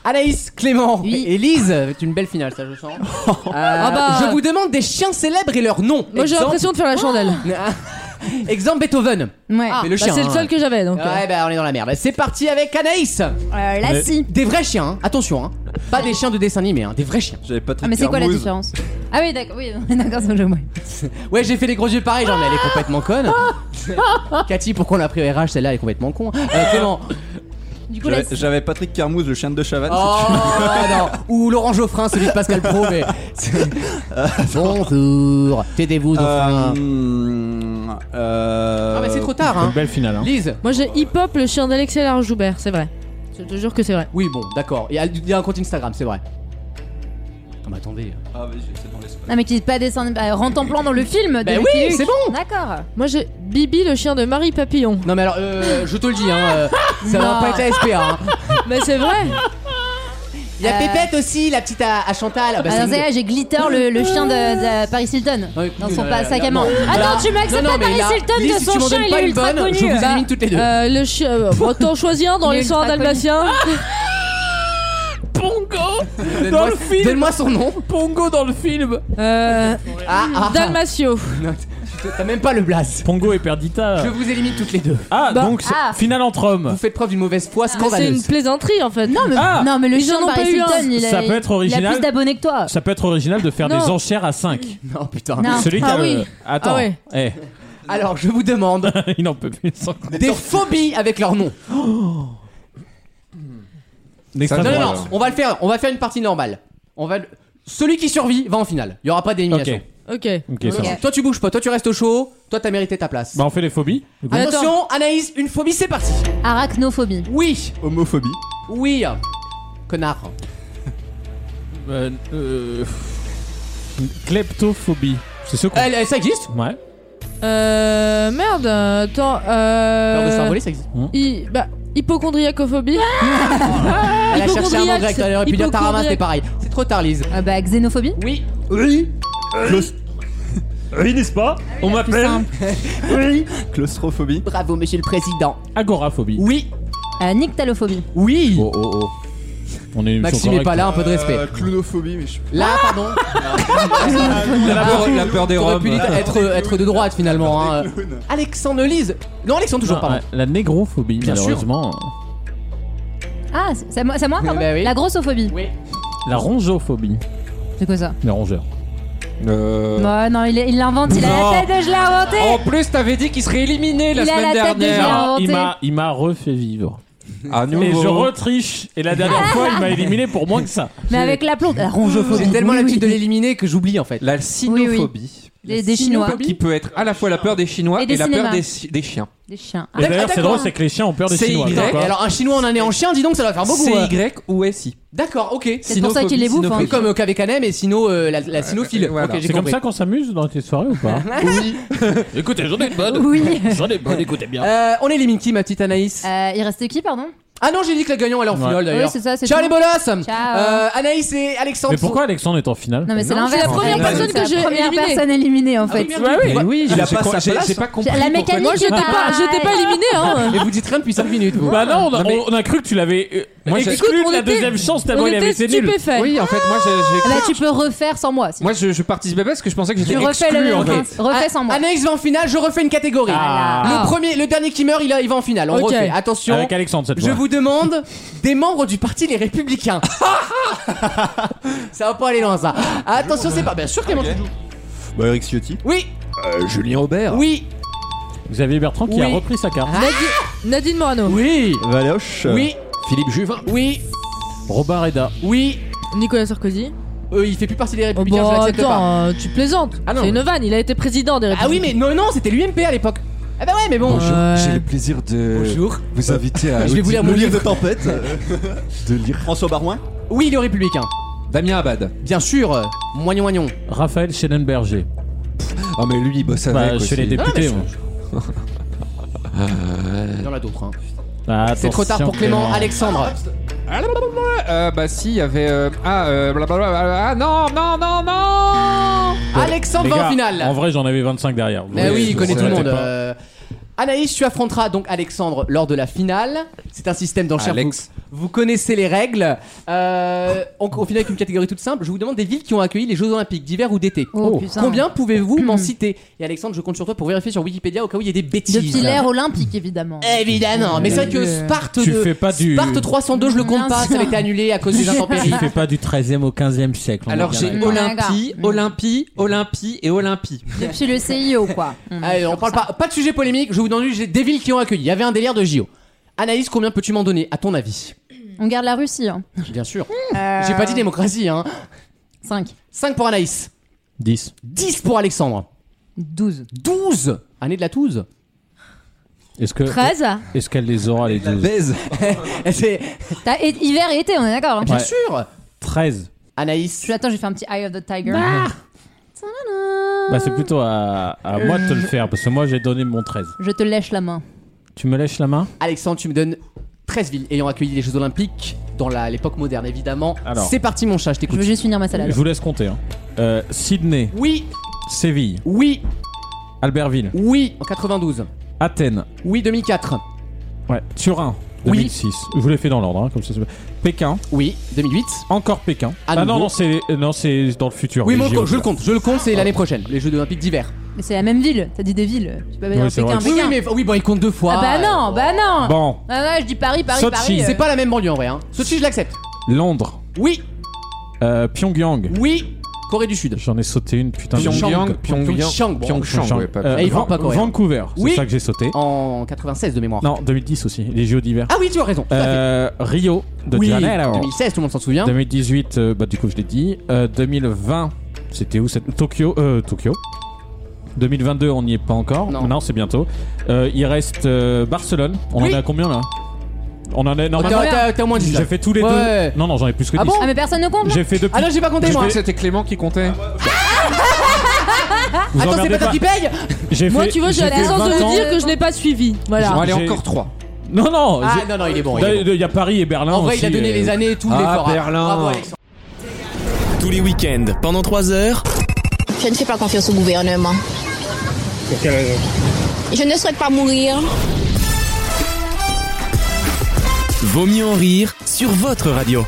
Anaïs, Clément Oui. et Lise. euh, C'est une belle finale, ça, je sens. Euh, bah. Je vous demande des chiens célèbres et leurs noms. Moi, j'ai Exemple- l'impression de faire la chandelle. Exemple Beethoven. Ouais. Mais le Bah, chien. c'est le hein. seul que j'avais donc. euh, Ouais, bah on est dans la merde. C'est parti avec Anaïs. Euh, la Mais- scie. Des vrais chiens, hein. attention, hein. pas des chiens de dessin animé, hein. des vrais chiens. J'avais pas Ah, mais c'est quoi la différence Ah oui, d'accord, oui, d'accord, c'est le jeu. ouais. Ouais, j'ai fait les gros yeux pareil, genre, mais elle est complètement conne. Cathy, pourquoi on l'a pris au RH Celle-là elle est complètement con. Euh, Clément. Du coup, la J'avais scie. j'avais Patrick Carmouze, le chien de Chavannes. Oh non Ou Laurent Geoffrin, celui de Pascal Pro, mais. Bonjour Taidez-vous, c'est- Geoffrin. Euh, euh, Ah, mais c'est trop tard, hein. Une belle finale. hein. Lise Moi, j'ai hip-hop, le chien d'Alex et la Joubert, c'est vrai. Je te jure que c'est vrai. Oui, bon, d'accord. Il y a- il y a un compte Instagram, c'est vrai. Non, mais attendez. Ah, mais j'ai- c'est dans l'espace. Non, mais qui est pas dessin. Bah, rentre en plan dans le film. de Bah Lucky oui, Luke. c'est bon. Bah, D'accord. Moi, j'ai Bibi, le chien de Marie Papillon. Non, mais alors, euh, je te le dis, hein, euh, ça va Non. pas être la SPA. hein. Mais c'est vrai. Il y a Euh. Pépette aussi, la petite à, à Chantal. Ah, bah, c'est Alors, une- c'est là, j'ai Glitter, le, le chien de, de Paris Hilton. Ouais, Dans non, son non, pas- non, sac à non, main. non, Attends, là- tu m'acceptes non, non, pas mais Paris là, Hilton Lise, de si son tu m'en chien, donnes il pas est une ultra bonne, connu. Je vous Bah, élimine toutes les deux. Euh, le chien. euh, bon, attends, choisis un dans Il est l'histoire ultra dalmatien. Dans Donne-moi le film donne-moi son nom. Pongo dans le film Euh, Ah, ah, ah. Dalmatio. Non, tu te- Mmh. T'as même pas le blaze. Pongo et Perdita. Je vous élimine toutes les deux. Ah, Bah- donc c'est- Ah. finale entre hommes. Vous faites preuve d'une mauvaise foi C'est une scandaleuse. plaisanterie en fait. Non, mais. Ah, Non, mais le Ils en chien ont de pas Paris eu un. Hilton, il a, Ça peut être il a original. plus d'abonnés que toi. ça peut être original de faire Non. des enchères à 5. Non, putain. Non. Celui qui Ah a le- oui. Attends. Ah ouais. eh. Alors, je vous demande Il n'en peut plus. son- des phobies avec leur nom. L'extrême Non, non, non, droite. on va le faire, on va faire une partie normale. On va le- celui qui survit va en finale. Il y aura pas d'élimination. Ok. Ok. Ok, ça Ok. va. Toi tu bouges pas, toi tu restes au chaud, toi t'as mérité ta place. Bah, on fait les phobies. du coup. Ah, Attention, Anaïs, une phobie, c'est parti. Arachnophobie. Oui, Homophobie. oui, connard. Euh, euh, Kleptophobie. C'est ce qu'on. Elle- elle- ça existe Ouais. Euh. Merde, attends. Peur de se faire Euh. voler, ça existe. hy- Bah, hypochondriacophobie. Ah Euh, Elle a cherché un nom hypochondriaque, grec, elle aurait pu dire Tarama, hypochondriaque. c'était pareil. C'est trop tard, Lise. Euh, bah, xénophobie. Oui, Oui, n'est-ce pas On m'appelle Oui Claustrophobie. bravo, monsieur le président. Agoraphobie. Oui, Euh, nyctalophobie. oui. Oh oh oh. On est une Maxime émission est pas là, un peu de respect. Euh, clownophobie, mais je suis Là, ah pardon, La peur, la peur des t'aurais Roms. pu dire être, être de droite finalement. hein. des clowns. Alexandre Lise. Non, Alexandre, toujours, correcte. pardon. Ah, La négrophobie, Bien sûr. malheureusement. Ah, c'est c'est à moi, c'est à moi, pardon Bah oui. La grossophobie. Oui. La rongeophobie. C'est quoi ça Les rongeurs. Euh, Ouais, non, il est- il l'invente, il Non. a la tête de je l'ai inventé En plus, t'avais dit qu'il serait éliminé la Il a semaine la tête de dernière. géant. Ah, Il inventé. m'a, il m'a refait vivre. À Et je nouveau. retriche. Et la dernière fois, il m'a éliminé pour moins que ça. Mais avec la plombe, la rongeophobie. J'ai tellement Oui, l'habitude de oui. l'éliminer que j'oublie en fait. La sinophobie. Les- des Chinois. Qui peut être à la fois la peur des Chinois Et et, des la cinémas. peur des, chi- des chiens. Des chiens. Et d'ailleurs, c'est Ah, d'accord. drôle, c'est que les chiens ont peur des C'est Chinois. Y. quoi. Et alors, un chinois en année en chien, dis donc, ça doit faire beaucoup. euh. CY ou SI. D'accord, ok. C'est pour ça qu'il les bouffe, hein. Oui, comme euh, KVKN, mais sinon euh, la, la sinophile. euh, voilà. Ok, j'ai C'est comme compris. ça qu'on s'amuse dans tes soirées ou pas Ah Écoutez, j'en ai une bonne. Oui. J'en ai bonne, écoutez bien. Euh, on élimine qui, ma petite Anaïs Euh, il restait qui, pardon Ah non, j'ai dit que la gagnante elle est en Ouais. finale Ah Oui, d'ailleurs. c'est ça, c'est Ciao tout. les bolosses Ciao. Euh, Anaïs et Alexandre. Mais pourquoi Alexandre est en finale Non, mais c'est Non, l'inverse. c'est la première Ouais, personne c'est que la j'ai première éliminée. personne éliminée, en fait. Ah oui, Mais oui, il a j'ai pas con- sa j'ai- place. j'ai pas compris. La pourquoi- mécanique. Moi, j'étais Ah, pas, j'étais pas elle- éliminée, hein. Et vous dites rien depuis 5 minutes. vous. Bah non, on a, Non, mais- on a cru que tu l'avais euh, Moi, j'ai- exclu Écoute, de on la était- deuxième chance On tellement il avait était été nul. stupéfaits. Oui, en fait, moi, j'ai- Ah j'ai- bah, tu peux refaire sans moi. si- moi, je, je participais pas parce que je pensais que j'étais Tu refais exclu. le en même fait. principe. Refais Ah, sans moi. Anaïs va en finale, je refais une catégorie. Ah. Le premier, le dernier qui meurt, il, a- il va en finale. On Ok. refait. Attention. Avec Alexandre cette Je fois. vous demande des membres du parti Les Républicains. ça va pas aller loin ça. Attention, c'est pas bien sûr Clément. tu joues. Bah, Eric Ciotti. Oui, Julien Aubert. oui, Xavier Bertrand qui a Oui. repris sa carte. Nadine- Nadine Morano. oui, Valoche. oui, Philippe Juvin. oui, Robin Reda. oui. Nicolas Sarkozy. Euh, il fait plus partie des Oh, Républicains, bon, je l'accepte attends, pas. euh, tu plaisantes. Ah non. c'est une vanne, il a été président des Ah oui, mais non, non, c'était l'UMP à l'époque. Ah bah ouais, mais bon. Bonjour, Ouais. j'ai le plaisir de Bonjour. vous inviter à Ah Je vais vous lire mon Le livre livre. de tempête. de lire. François Barouin. Oui, le Républicain. Damien Abad. Bien sûr. euh, Moignon, moignon. Raphaël Schellenberger. Ah mais lui il bosse Bah, chez les députés. mais ouais. Il y en a d'autres. hein. Ah, C'est trop tard attention, pour Clément. Ah, Alexandre. Euh, bah si, il y avait. euh, ah, euh, blablabla. Ah non, non, non, non Alexandre Les va en gars, En finale. vrai, j'en avais 25 derrière. Mais Vous- oui, vous il connaît tout le arrêtez monde. pas. euh. Anaïs, tu affronteras donc Alexandre lors de la finale. C'est un système dans le cher Alex. Vous, vous connaissez les règles. Euh, on, on finit avec une catégorie toute simple. Je vous demande des villes qui ont accueilli les Jeux Olympiques d'hiver ou d'été. Oh, putain. Combien pouvez-vous m'en citer Et Alexandre, je compte sur toi pour vérifier sur Wikipédia au cas où il y a des Depuis bêtises. l'ère olympique, évidemment. Évidemment, mais c'est vrai que Sparte, Tu de- fais pas du- Sparte 302, je le compte Euh, Bien pas, sûr. ça a été annulé à cause des intempéries. Tu fais pas du 13e au 15e siècle. on Alors est j'ai bien d'accord. Olympie, D'accord. Olympie, Olympie et Olympie. Depuis le CIO, quoi. Mm. Allez, on parle pas, pas de sujet polémique, je vous donne juste des villes qui ont accueilli. Il y avait un délire de JO. Anaïs, combien peux-tu m'en donner, à ton avis On garde la Russie. Hein. Bien sûr. Euh. J'ai pas dit démocratie, hein. 5, 5 pour Anaïs, 10. 10 pour Alexandre, 12, 12 Année de la Touze. Est-ce que 13. est-ce qu'elle les aura les 12 Baise. C'est- T'as é- hiver et été, on est d'accord. hein. Bien Ouais. sûr 13. Anaïs, Je l'attends, j'ai fait un petit Eye of the Tiger. Bah c'est plutôt à, à moi de te le faire parce que moi j'ai donné mon 13. Je te lèche la main. Tu me lèches la main Alexandre, tu me donnes 13 villes ayant accueilli les Jeux Olympiques dans la- l'époque moderne, évidemment. Alors. C'est parti, mon chat, je Je t'écoute. veux juste finir ma salade. Je vous laisse compter. Hein. Euh, Sydney, Oui, Séville, oui, Albertville, oui, en 92. Athènes, Oui, 2004. ouais, Turin, Oui. 2006. Je vous l'ai fait dans l'ordre, hein, comme ça. c'est- Pékin, Oui, 2008. encore Pékin. À ah nouveau. non, non, c'est euh, non, c'est dans le futur. Oui, les mais on le JO. compte, je le compte, je le compte, c'est l'année prochaine, les Jeux Olympiques d'hiver. Mais c'est la même ville. T'as dit des villes. Tu peux pas dire Oui, c'est Pékin, vrai. Oui, Pékin. oui, mais oh oui, bon, il compte deux fois. Ah bah non, bah non. Bon, Ah ouais, je dis Paris, Paris, Sochi. Paris. euh. C'est pas la même banlieue en vrai, hein. Sochi, je l'accepte. Londres, Oui, euh, Pyongyang, oui, Corée du Sud. J'en ai sauté une, putain. Pyongyang, Pyongyang. Pyongyang, Pyongyang, ouais, pas Euh, Et ils vont Van- pas Corée. Vancouver, Oui. Oh. c'est ça que j'ai sauté. En 96 de mémoire. Non, 2010 aussi, les Jeux d'hiver. Ah oui, tu as raison. tout à fait. Euh, Rio de oui, Janeiro. 2016, tout le monde s'en souvient. 2018, euh, bah du coup je l'ai dit. Euh, 2020, c'était où cette Tokyo euh, Tokyo. 2022, on n'y est pas encore. Non. c'est bientôt. Euh, il reste euh, Barcelone. On Oui. en est à combien là On en est Oh, normalement. T'as t'as- t'as au moins 10. J'ai fait tous les Ouais. deux. Non, non, j'en ai plus que Ah 10. bon Ah, mais personne ne compte là J'ai fait deux Ah non, petits- j'ai pas compté Je crois moi. que c'était Clément qui comptait. Vous Attends, c'est emmerdez pas toi pas. qui paye J'ai Moi, fait- tu vois, j'ai la fait présence de 20 vous ans. dire que je n'ai pas suivi. Bon, Voilà. allez, j'ai- encore 3. Non, non. Ah j'ai- non, non, il est bon. il est bon. Il y a Paris et Berlin. En vrai, il a aussi, donné euh, les années et tout Ah, l'effort. hein. Berlin. Bravo, Alexandre. Tous les week-ends, pendant 3 heures, Je ne fais pas confiance au gouvernement. Je ne souhaite pas mourir. Vaut mieux en rire sur votre radio.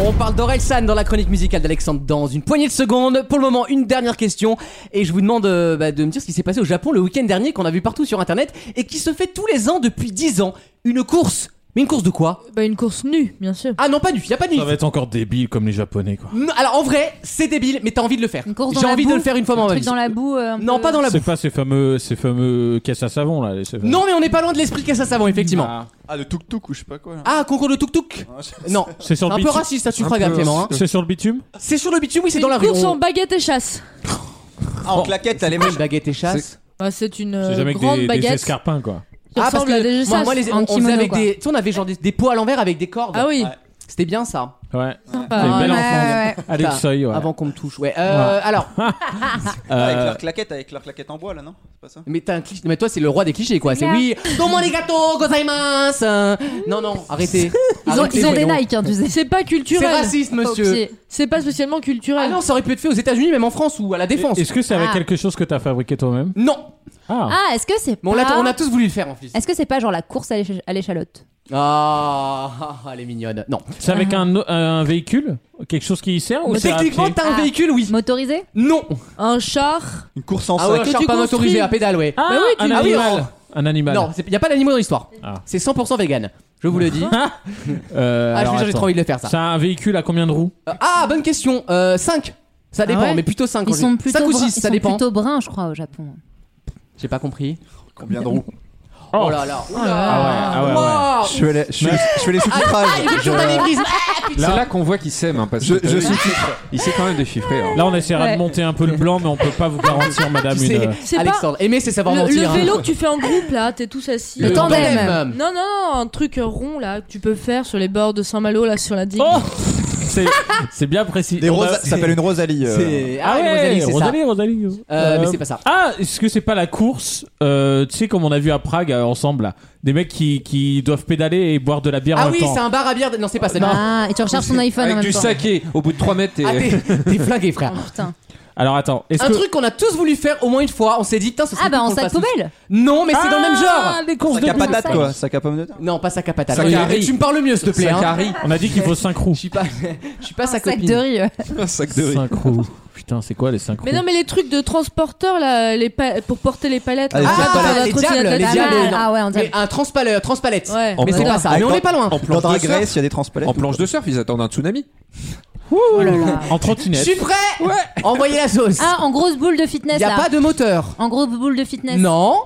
On parle d'Orelsan dans la chronique musicale d'Alexandre dans une poignée de secondes. Pour le moment, une dernière question. Et je vous demande euh, bah, de me dire ce qui s'est passé au Japon le week-end dernier qu'on a vu partout sur Internet et qui se fait tous les ans depuis 10 ans. Une course. Mais une course de quoi Bah, une course nue, bien sûr. Ah non, pas du. Y a pas de nuit. Ça va être encore débile comme les Japonais quoi. Non, Alors en vrai, c'est débile, mais t'as envie de le faire. Une course dans J'ai la envie de boue, le faire une fois dans Un ma truc vie. dans la boue. euh, un Non, peu- pas dans la boue. C'est pas ces fameux, ces fameux caisses à savon là. les- ces fameux- Non, mais on n'est pas loin de l'esprit casse à savon, effectivement. Ah, le tuk-tuk ou je sais pas quoi. là. Ah, concours de tuk-tuk Ah, je- Non. C'est sur C'est le un peu bitume. raciste, ça, tu crois, Clément. hein. C'est sur le bitume. C'est sur le bitume, oui, c'est C'est dans la une rue. course en On- baguette et chasse. Ah, en claquette, t'as les mêmes. Une baguette et chasse. Bah, c'est une C'est euh, jamais que grande des, des baguette. escarpins quoi. qui Ah, parce ressemble à des moi, moi, les, en on, on kimono, faisait avec quoi. des, tu sais, on avait genre des, des pots à l'envers avec des cordes. Ah oui. Ouais. C'était bien ça. Ouais. Ah, C'est une belle ouais, enfance. ouais, ouais. Alex Putain, Soy, ouais. Avant qu'on me touche. Ouais. Euh, Alors, Ah, Avec Euh, leur claquette, avec leur claquette en bois là, non C'est pas ça mais t'as un cliché. Mais toi, c'est le roi des clichés, quoi. C'est clair. oui. Tomo les gâteaux, gozaimasu. Euh, Non, non, arrêtez. Ils ont, Arrêtez, ils ont des Ah, voyons. Nike, hein, tu sais. C'est pas C'est culturel. raciste, monsieur. Au pied. C'est pas spécialement Ah culturel. non, ça aurait pu être fait aux États-Unis, même en France ou à la défense. Est-ce que c'est avec Ah. quelque chose que t'as fabriqué toi-même Non. Ah. Ah, est-ce que c'est Mais on, l'a- pas- on a tous voulu le faire en plus. Est-ce que c'est pas genre la course à l'éche- à l'échalote Ah, ah, ah, elle est mignonne. Non. C'est avec un, o- un véhicule Quelque chose qui y sert ou Oh, c'est à Techniquement, pied t'as un Ah. véhicule, oui. Motorisé Non. Un char. Une course en Ah ouais, sac. un char tu pas construis. motorisé à pédale, ouais. Ah, Bah oui, tu un Ah oui, animal. Un animal. Non, il n'y a pas d'animaux dans l'histoire. Ah. C'est 100% vegan. Je vous le dis. Euh, Ah, je Ah. alors, vous jure, j'ai attends. trop envie de le faire ça. C'est un véhicule à combien de roues Euh, ah, bonne question. 5. Ça dépend, ouais mais plutôt 5. Ils sont plutôt 5 ou bruns- 6, ils ça sont dépend. plutôt bruns, je crois, au Japon. J'ai pas compris. Combien de roues Oh, Oh. là là. Oh Ah ouais, ah ouais, là. Je fais les, je fais- je fais les sous-titrages. Ah, Je- C'est là qu'on voit qu'ils s'aiment. hein, parce Je- que- je suis Il s'est quand même déchiffré. hein. Là, on essaiera Ouais. de monter un peu le plan, mais on peut pas vous garantir, madame, Tu une. euh, sais, C'est pas- Alexandre, aimer c'est savoir Le, le mentir. hein. vélo que tu fais en groupe là, t'es tous assis. Le Euh, tandem. Non, non, non, un truc rond là que tu peux faire sur les bords de Saint-Malo là sur la digue. Oh C'est c'est bien précis. Des On Rosa- a- Ça s'appelle une Rosalie. euh. C'est- Ah, Ah oui, ouais, Rosalie, c'est ça. Rosalie, Rosalie. Euh, mais c'est pas ça. Ah, est-ce que c'est pas la course euh, Tu sais, comme on a vu à Prague euh, ensemble, là, des mecs qui, qui doivent pédaler et boire de la bière en Ah même oui, temps. c'est un bar à bière. Non, c'est pas ça. Non. Ah, et tu recharges ton iPhone en Avec même du temps. saké. Au bout de 3 mètres, t'es- Ah, t'es t'es flingué, frère. Oh, putain. Alors attends, est-ce Un que. truc qu'on a tous voulu faire au moins une fois. On s'est dit, putain, ça serait Ah, bah cool en qu'on le sac fasse tous. poubelle Non, mais c'est dans le même genre. Ah, les courses Sac de à patate sac. quoi, sac à pomme de terre. Non, pas sac à patate. Sac Oui, à riz. Tu me parles le mieux, s'il te plaît. Sac à hein. riz. On a dit qu'il faut 5 roues. Je suis pas, je suis pas sa Un sac copine. de riz. euh. Sac 5 roues. Putain, c'est quoi les 5 roues Mais non, mais les trucs de transporteur là, les pa- pour porter les palettes. Ah, là. les pour diables, faire les notre trottinette diables, les là-dedans. Pas diables, mal. non. Ah ouais, on Mais dirait. un transpalette, transpalette. Ouais. Mais c'est pas ça. Mais on est pas loin. Dans Drag Race, il y a des transpalettes. En planche de surf, ils attendent un tsunami. Oh là là. En Je trottinette. suis prêt. Envoyez la sauce. Ah, en grosse boule de fitness Il y a là. pas de moteur. En grosse boule de fitness. Non,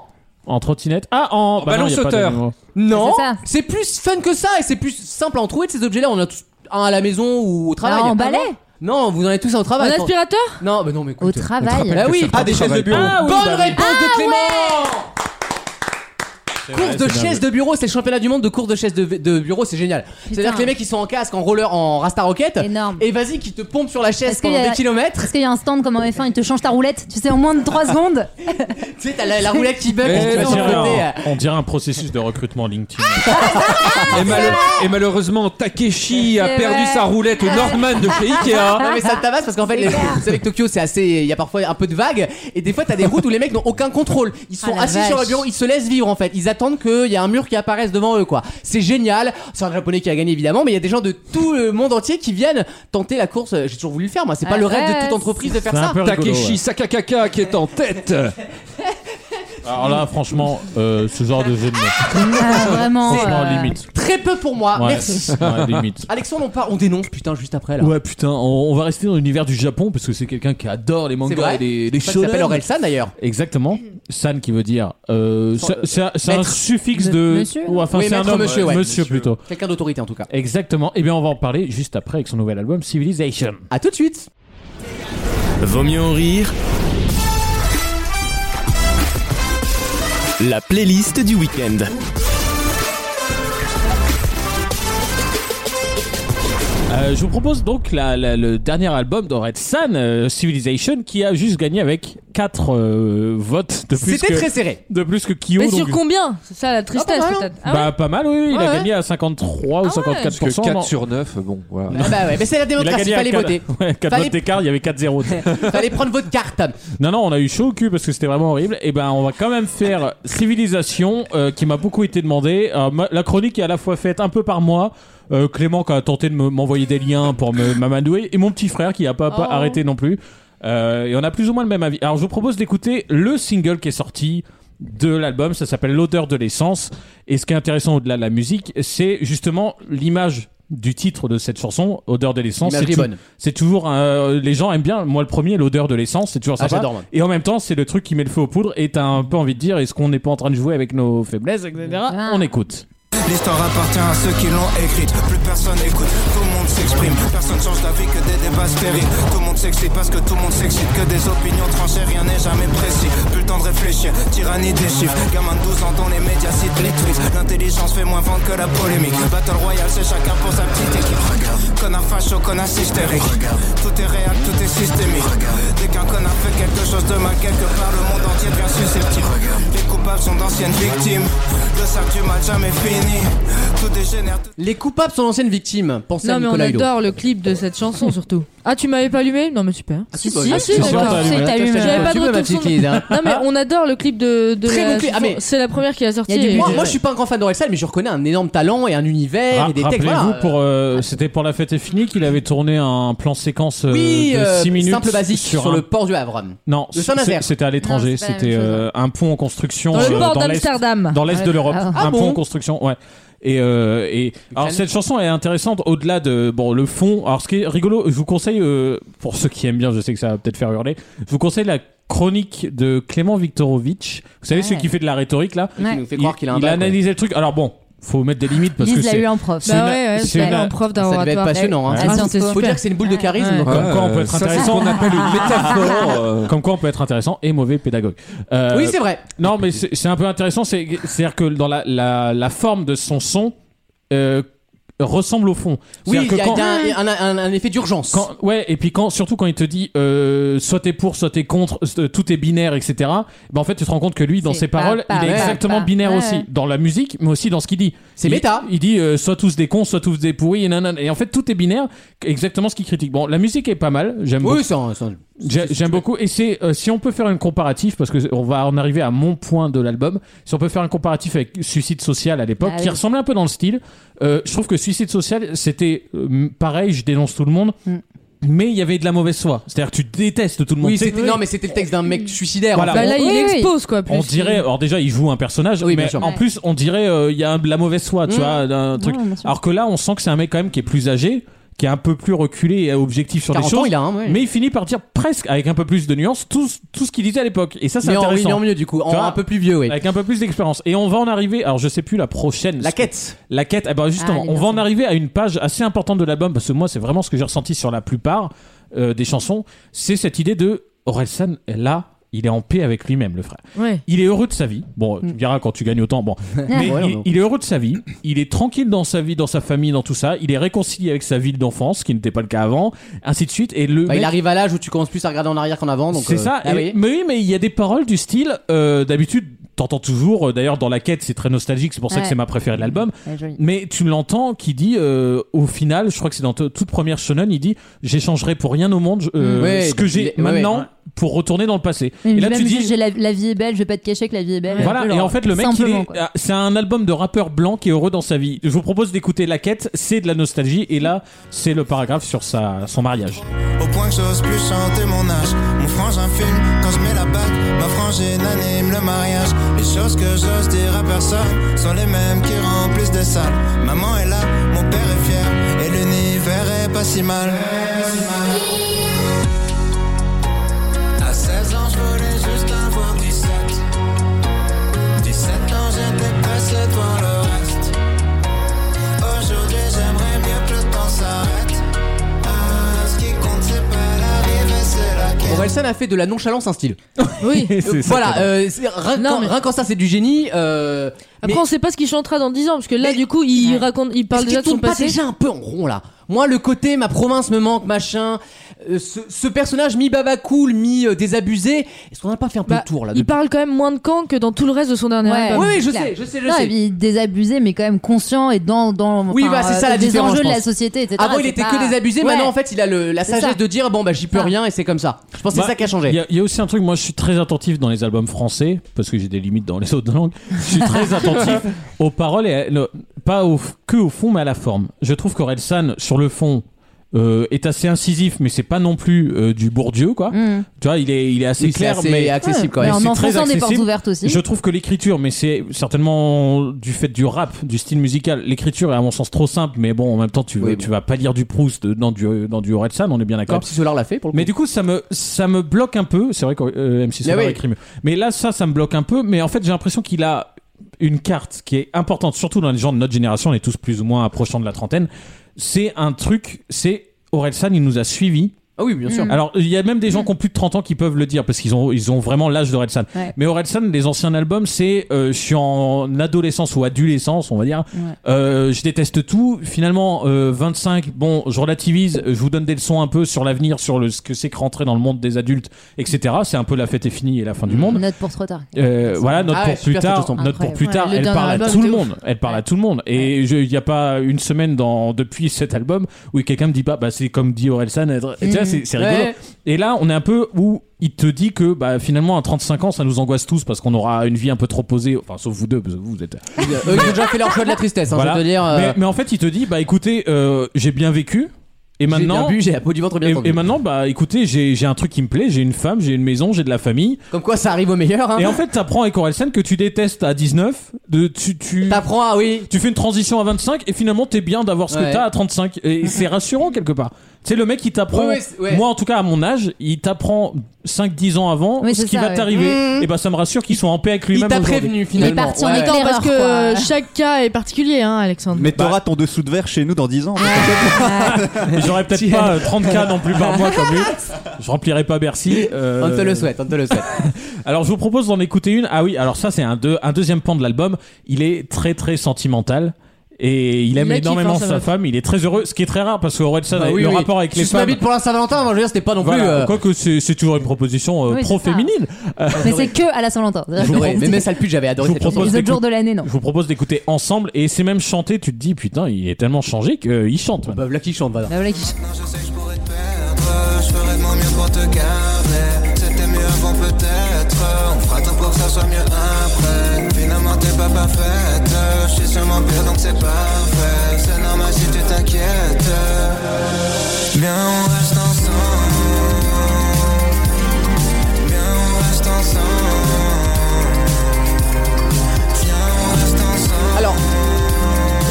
En trottinette. Ah, en, bah ballon non, y a pas sauteur. d'animaux. non. C'est ça. C'est plus fun que ça et c'est plus simple à en trouver de ces objets-là. On en a tous un à la maison ou au travail. Alors, Bah, en Ah balai bon Non, vous en avez tous un au Un travail. aspirateur Non, mais non, mais Au écoute. travail. Bah oui. Ah, des chaises de bureau. Ah, oui, Bonne bah oui. réponse de Clément. Course de chaises de bureau, c'est le championnat du monde de course de chaises de, de bureau, c'est génial. C'est-à-dire que les mecs ils sont en casque, en roller, en Rasta Rocket, Énorme. et vas-y qui te pompe sur la chaise Est-ce qu'il pendant y a- des kilomètres. Est-ce qu'il y a un stand comme en F1, il te change ta roulette, tu sais, en moins de 3 secondes Tu sais, t'as la, la roulette qui bug. Eh, qui te met On sur le dirait, côté, euh. un, on dirait un processus de recrutement LinkedIn. Ah, Et, mal- et malheureusement, Takeshi a C'est perdu vrai. sa roulette au Norman de chez Ikea. Ah, Non mais ça te tabasse parce qu'en fait, les- vous savez que Tokyo c'est assez, il y a parfois un peu de vague et des fois t'as des routes où les mecs n'ont aucun contrôle. Ils sont Ah, la assis vache. sur le bureau, ils se laissent vivre en fait. Ils attendent qu'il y ait un mur qui apparaisse devant eux quoi. C'est génial. C'est un japonais qui a gagné évidemment, mais il y a des gens de tout le monde entier qui viennent tenter la course. J'ai toujours voulu le faire moi. C'est pas Ah, le rêve ouais, de toute entreprise de faire C'est un ça. peu rigolo, Takeshi ouais. Sakakaka qui est en tête. Alors là, franchement, euh, ce genre de jeu de mots. Ah, vraiment. Franchement, euh, limite. Très peu pour moi, Ouais, ah, merci. ouais, limite. Alexandre, on, part- on dénonce putain juste après là. Ouais, putain, on, on va rester dans l'univers du Japon parce que c'est quelqu'un qui adore les C'est mangas vrai et les, les C'est pour ça qu'il s'appelle shonen. Orelsan d'ailleurs. Exactement. San qui veut dire. euh, ça- c'est un- c'est un Maître. suffixe Me- de. monsieur ou enfin, Oui, c'est un maître homme. monsieur, ouais. monsieur plutôt. Quelqu'un d'autorité en tout cas. Exactement. Et bien, on va en parler juste après avec son nouvel album Civilization. A tout de suite. Vaut mieux en rire. La playlist du week-end. Euh, je vous propose donc la- la- le dernier album d'Ored San, euh, Civilization, qui a juste gagné avec 4 votes de plus, C'était que, très serré. de plus que Kyo. Mais donc- sur combien C'est ça la tristesse Ah, pas mal, peut-être. Ah bah, pas mal, oui, oui, il Ah a ouais. gagné à 53 ou Ah 54%. Parce que 4 non. sur 9, bon, voilà. Ah bah ouais, mais c'est la Il a démocratie, gagné à fallait quatre- voter. Ouais, 4 Fallait- votes d'écart, il y avait 4-0. fallait prendre votre carte. non, non, on a eu chaud au cul parce que c'était vraiment horrible. Et ben, on va quand même faire Civilisation, euh, qui m'a beaucoup été demandé. Euh, ma- la chronique est à la fois faite un peu par moi, euh, Clément qui a tenté de me- m'envoyer des liens pour me- m'amadouer, et mon petit frère qui a pas, pas Oh. arrêté non plus. Euh, et on a plus ou moins le même avis. Alors, je vous propose d'écouter le single qui est sorti de l'album, ça s'appelle L'odeur de l'essence. Et ce qui est intéressant au-delà de la musique, c'est justement l'image du titre de cette chanson, Odeur de l'essence. L'imagerie C'est est bonne. c'est toujours euh, les gens aiment bien. Moi le premier, l'odeur de l'essence, c'est toujours Ah, sympa. j'adore, moi. et en même temps, c'est le truc qui met le feu aux poudres. Et t'as un peu envie de dire, est-ce qu'on n'est pas en train de jouer avec nos faiblesses, etc. Ah. On écoute. L'histoire appartient à ceux qui l'ont écrite. Plus personne écoute, tout le monde s'exprime. Personne change la vie que des débats stériles. Tout le monde s'excite parce que tout le monde s'excite. Que des opinions tranchées, rien n'est jamais précis. Plus le temps de réfléchir, tyrannie des chiffres. Gamin de 12 ans dont les médias citent les tweets. L'intelligence fait moins vendre que la polémique. Battle Royale, c'est chacun pour sa petite équipe. Connard facho, connard hystérique. Tout est réel, tout est systémique. Dès qu'un connard fait quelque chose de mal quelque part, le monde entier devient susceptible. Les coupables sont d'anciennes victimes. Le sac du mal jamais fini. Tout dégénère. tout- Les coupables sont l'ancienne victime. Pensez à Non mais on Nicolas Hulot. adore le clip de cette chanson surtout. Ah tu m'avais pas allumé Non mais super. Ah, Si, bah, si, ah, si, si, d'accord. d'accord. Si, t'as allumé. J'avais pas Tu de peux, ma retour petite sur- Lise, hein. Non mais on adore le clip de, de Très la bon clip. Ah, chanson. mais- C'est la première qui a sorti. Il y a du et- Moi, Ouais. moi, je suis pas un grand fan d'Orelsan, mais je reconnais un énorme talent et un univers et Eh, des Ah, Rappelez-vous techniques. voilà. pour euh, c'était pour la fête est finie qu'il avait tourné un plan séquence euh, oui, de euh, 6 minutes simple basique sur, un- le port du Havre. non le Saint-Nazaire. c'est- c'était à l'étranger Non, c'est pas la c'était même chose, euh, un pont en construction Dans euh, le port dans l'est d'Amsterdam. dans l'est de l'Europe. Ah, un bon pont en construction, ouais. Et, euh, et alors cette chanson est intéressante au-delà de bon le fond. Alors ce qui est rigolo, je vous conseille euh, pour ceux qui aiment bien, je sais que ça va peut-être faire hurler. Je vous conseille la chronique de Clément Viktorovitch. Vous savez Ouais. celui qui fait de la rhétorique là. Il nous fait croire qu'il a un bac, ouais. analysé le truc. Alors bon, faut mettre des limites parce que Lise l'a c'est eu en prof. c'est Bah une- ouais, ouais, c'est c'est une- en prof d'un Ça devait être passionnant. Hein. Ouais. Ah, Faut- c'est faut super. dire que c'est une boule de charisme. Ouais. quoi. comme quoi on peut être ça, c'est ce intéressant. qu'on appelle une métaphore. euh. Comme quoi on peut être intéressant et mauvais pédagogue. Euh, Oui, c'est vrai. Non, mais c'est c'est un peu intéressant. c'est- C'est-à-dire que dans la, la, la forme de son son euh, ressemble au fond. Oui, C'est-à-dire il y que a, quand- il y a un, un- un- un effet d'urgence. quand- ouais, et puis quand, surtout quand il te dit euh, soit t'es pour, soit t'es contre, euh, tout est binaire, etc. Ben en fait, tu te rends compte que lui, dans C'est ses pas, paroles, pas, il est pas, exactement pas. binaire Ouais, aussi ouais. dans la musique, mais aussi dans ce qu'il dit. C'est Il- méta. Il dit euh, soit tous des cons, soit tous des pourris, et nanana. Et en fait, tout est binaire, exactement ce qu'il critique. Bon, la musique est pas mal, j'aime beaucoup. Oui, c'est un- c'est un- J'ai- J'aime beaucoup. Et c'est euh, si on peut faire un comparatif, parce que c'est- on va en arriver à mon point de l'album. Si on peut faire un comparatif avec Suicide Social à Bah l'époque, Ah qui oui. ressemblait un peu dans le style. euh, je trouve que Suicide Social, c'était euh, pareil. Je dénonce tout le monde. Mm. Mais il y avait de la mauvaise foi. C'est-à-dire que tu détestes tout le monde. Oui, Tu sais, c'était- non, mais c'était le texte d'un mec suicidaire. Voilà. en fait. Bah là Oui, il oui. expose quoi. plus on dirait. Alors déjà, il joue un personnage, Oui, bien mais sûr. en Ouais. plus, on dirait euh, il y a un- de la mauvaise foi. Tu Mmh. vois, un truc. Non, bien sûr. Alors que là, on sent que c'est un mec quand même qui est plus âgé, qui est un peu plus reculé et objectif sur les 40 choses. ans, il a un. ouais. Mais il finit par dire presque, avec un peu plus de nuance, tout, tout ce qu'il disait à l'époque. Et ça, c'est Mais en, intéressant. en mieux, du coup. En, Tu vois un peu plus vieux, oui. Avec un peu plus d'expérience. Et on va en arriver, alors je sais plus la prochaine. La quête. La quête, eh ben justement, Ah, les on va en personnes. arriver à une page assez importante de l'album, parce que moi, c'est vraiment ce que j'ai ressenti sur la plupart euh, des chansons. C'est cette idée de Orelsan, là, il est en paix avec lui-même, le frère. Ouais. Il est heureux de sa vie. Bon, tu me diras quand tu gagnes autant. Bon, mais Ouais, il, non. il est heureux de sa vie. Il est tranquille dans sa vie, dans sa famille, dans tout ça. Il est réconcilié avec sa ville d'enfance, ce qui n'était pas le cas avant, ainsi de suite. Et le Bah, il mec- arrive à l'âge où tu commences plus à regarder en arrière qu'en avant. donc, c'est euh, ça. ah et- oui. Mais oui, mais il y a des paroles du style. euh, D'habitude, t'entends toujours. euh, D'ailleurs, dans la quête, c'est très nostalgique. C'est pour ça que Ouais. c'est ma préférée de l'album. Ouais, joli. Mais tu l'entends qui dit euh, au final, je crois que c'est dans t- toute première shonen, il dit j'échangerai pour rien au monde euh, Mm. Ouais, ce que j'ai il- ouais, maintenant ouais. pour retourner dans le passé. Il et me là dit tu même dis juste, j'ai la, la vie est belle, je vais pas te cacher que la vie est belle. Un voilà peu, et genre, en fait le mec il simplement, est- quoi. ah, c'est un album de rappeur blanc qui est heureux dans sa vie. Je vous propose d'écouter la quête, c'est de la nostalgie et là c'est le paragraphe sur sa son mariage. Au point que j'ose plus chanter mon âge. Mon frangin film quand je mets la bague. Ma frangine anime le mariage. Les choses que j'ose dire à personne sont les mêmes qui remplissent des salles. Maman est là, mon père est fier, et l'univers est pas si mal. À 16 ans, je voulais juste avoir 17. 17 ans, j'étais passé devant le reste. Aujourd'hui, j'aimerais mieux que le temps s'arrête. Ah, ce qui compte, c'est pas l'arrivée, c'est la quête. Orelsan a fait de la nonchalance un style. Oui. Euh, C'est ça voilà, qu'elle euh, c'est- rien Non, qu'en- mais- rien qu'en ça c'est du génie. euh, mais Après, on sait pas ce qu'il chantera dans 10 ans, parce que là, du coup, il raconte, il parle est-ce qu'il déjà de son tourne pas passé. déjà un peu en rond là Moi le côté ma province me manque machin, euh, ce, ce personnage mi baba cool mi euh, désabusé, est-ce qu'on n'a pas fait un peu Bah, le tour là il depuis parle quand même moins de camp que dans tout le reste de son dernier Ouais. album. Oui, oui, je clair. sais, je sais, je Non, sais. et puis désabusé, mais quand même conscient et dans, dans euh, Oui, bah, c'est ça la des différence, enjeux je de la pense. société, etc. Avant, il C'est était pas- que désabusé. Ouais. Maintenant, en fait, il a le- la C'est sagesse ça. de dire bon, bah, j'y peux Ça. rien et c'est comme ça. Je pense que Bah, c'est ça qui a Il y, changé. a- il y a aussi un truc, moi je suis très attentif dans les albums français, parce que j'ai des limites dans les autres langues, je suis très attentif aux paroles, et à- le- pas au, f- que au fond mais à la forme. Je trouve qu'Orelsan, sur le fond, euh, est assez incisif, mais c'est pas non plus euh, du Bourdieu, quoi. Mm. Tu vois, il est, il est assez Oui, c'est clair, assez mais... accessible quand Mais même. c'est en très enfonçant des accessible. portes ouvertes aussi. Je trouve que l'écriture, mais c'est certainement du fait du rap, du style musical. L'écriture est à mon sens trop simple, mais bon, en même temps, tu, Oui, tu vas pas lire du Proust dans du, dans du Orelsan, on est bien d'accord. Comme si Solar l'a fait pour le coup. Mais du coup, ça me, ça me bloque un peu. C'est vrai que euh, MC Solar Mais oui. écrit mieux. Mais là, ça, ça me bloque un peu. Mais en fait, j'ai l'impression qu'il a une carte qui est importante, surtout dans les gens de notre génération. On est tous plus ou moins approchant de la trentaine. C'est un truc, c'est Orelsan, il nous a suivis. Ah oui, bien sûr. Alors, il y a même des gens qui ont plus de 30 ans qui peuvent le dire parce qu'ils ont, ils ont vraiment l'âge d'Orelsan. Ouais. Mais Orelsan, les anciens albums, c'est euh, je suis en adolescence ou adolescence, on va dire. Ouais. Euh, je déteste tout. Finalement, euh, 25, bon, je relativise, je vous donne des leçons un peu sur l'avenir, sur le, ce que c'est que rentrer dans le monde des adultes, etc. C'est un peu la fête est finie et la fin du monde. Note pour trop tard. Euh, voilà notre Ah ouais, pour plus super, cette tard chanson. notre pour Incroyable. plus tard Ouais, le elle dernier parle à album, tout le c'était monde elle parle à tout le monde et je- il n'y a pas une semaine dans depuis cet album où quelqu'un me dit pas bah c'est comme dit Orelsan et tu vois, c'est c'est rigolo Ouais. et là on est un peu où il te dit que bah finalement à 35 ans ça nous angoisse tous parce qu'on aura une vie un peu trop posée enfin sauf vous deux parce que vous vous êtes Eux, ils ont déjà fait leur choix de la tristesse, hein, Voilà. je veux dire. euh, mais, mais en fait il te dit bah écoutez euh, j'ai bien vécu et j'ai bien maintenant bu, j'ai la peau du ventre bien et, tendue. et maintenant bah écoutez j'ai j'ai un truc qui me plaît j'ai une femme j'ai une maison j'ai de la famille Comme quoi, ça arrive au meilleur. Hein. et en fait t'apprends avec Orelsan que tu détestes à 19 de tu tu T'apprends, ah oui. tu fais une transition à 25 et finalement t'es bien d'avoir ce que Ouais. t'as à 35 et c'est rassurant quelque part. Tu sais le mec il t'apprend Ouais, ouais, c'est- ouais. moi en tout cas à mon âge, il t'apprend 5 10 ans avant Oui, ce c'est qui ça, va ouais. t'arriver et bah ça me rassure qu'ils sont en paix avec Il lui-même t'a aujourd'hui. prévenu finalement. parti en Ouais, ouais. éclair. Attends, parce que Erreur, quoi. chaque cas est particulier, hein, Alexandre. Mais t'auras ton dessous de verre chez nous dans 10 ans. Mais J'aurais peut-être pas euh, 30k non plus par mois comme lui. Je remplirai pas Bercy. euh, On te le souhaite, on te le souhaite. Alors je vous propose d'en écouter une. Ah oui, alors ça c'est un, deux- un deuxième pan de l'album. Il est très très sentimental. Et il aime la kiffe, énormément hein, sa sa meuf. femme, il est très heureux, ce qui est très rare parce que Orelsan Bah a- oui, le oui. rapport avec les Suce ma femmes. bite pour la Saint-Valentin, moi, je veux dire, c'était pas non plus. Voilà, euh, quoique c'est c'est toujours une proposition euh, Oui, c'est pro-féminine. Mais c'est que à la Saint-Valentin. j'adorais. Mais même ça le pute, j'avais adoré Je vous cette chanson. propose- Les autres d'écoute- jours de l'année, non. Je vous propose d'écouter ensemble et c'est même chanté, tu te dis putain, il est tellement changé qu'il chante. maintenant. Bah, voilà qui chante, voilà. Bah voilà qui chante. Maintenant je sais que je pourrais te perdre, je ferais de mon mieux pour te garder. C'était mieux avant peut-être, on fera tout pour que ça soit mieux après. Finalement t'es pas parfaite, je suis sûrement pire donc c'est parfait. C'est normal si tu t'inquiètes. Bien on reste ensemble, bien on reste ensemble, bien on reste ensemble. Alors,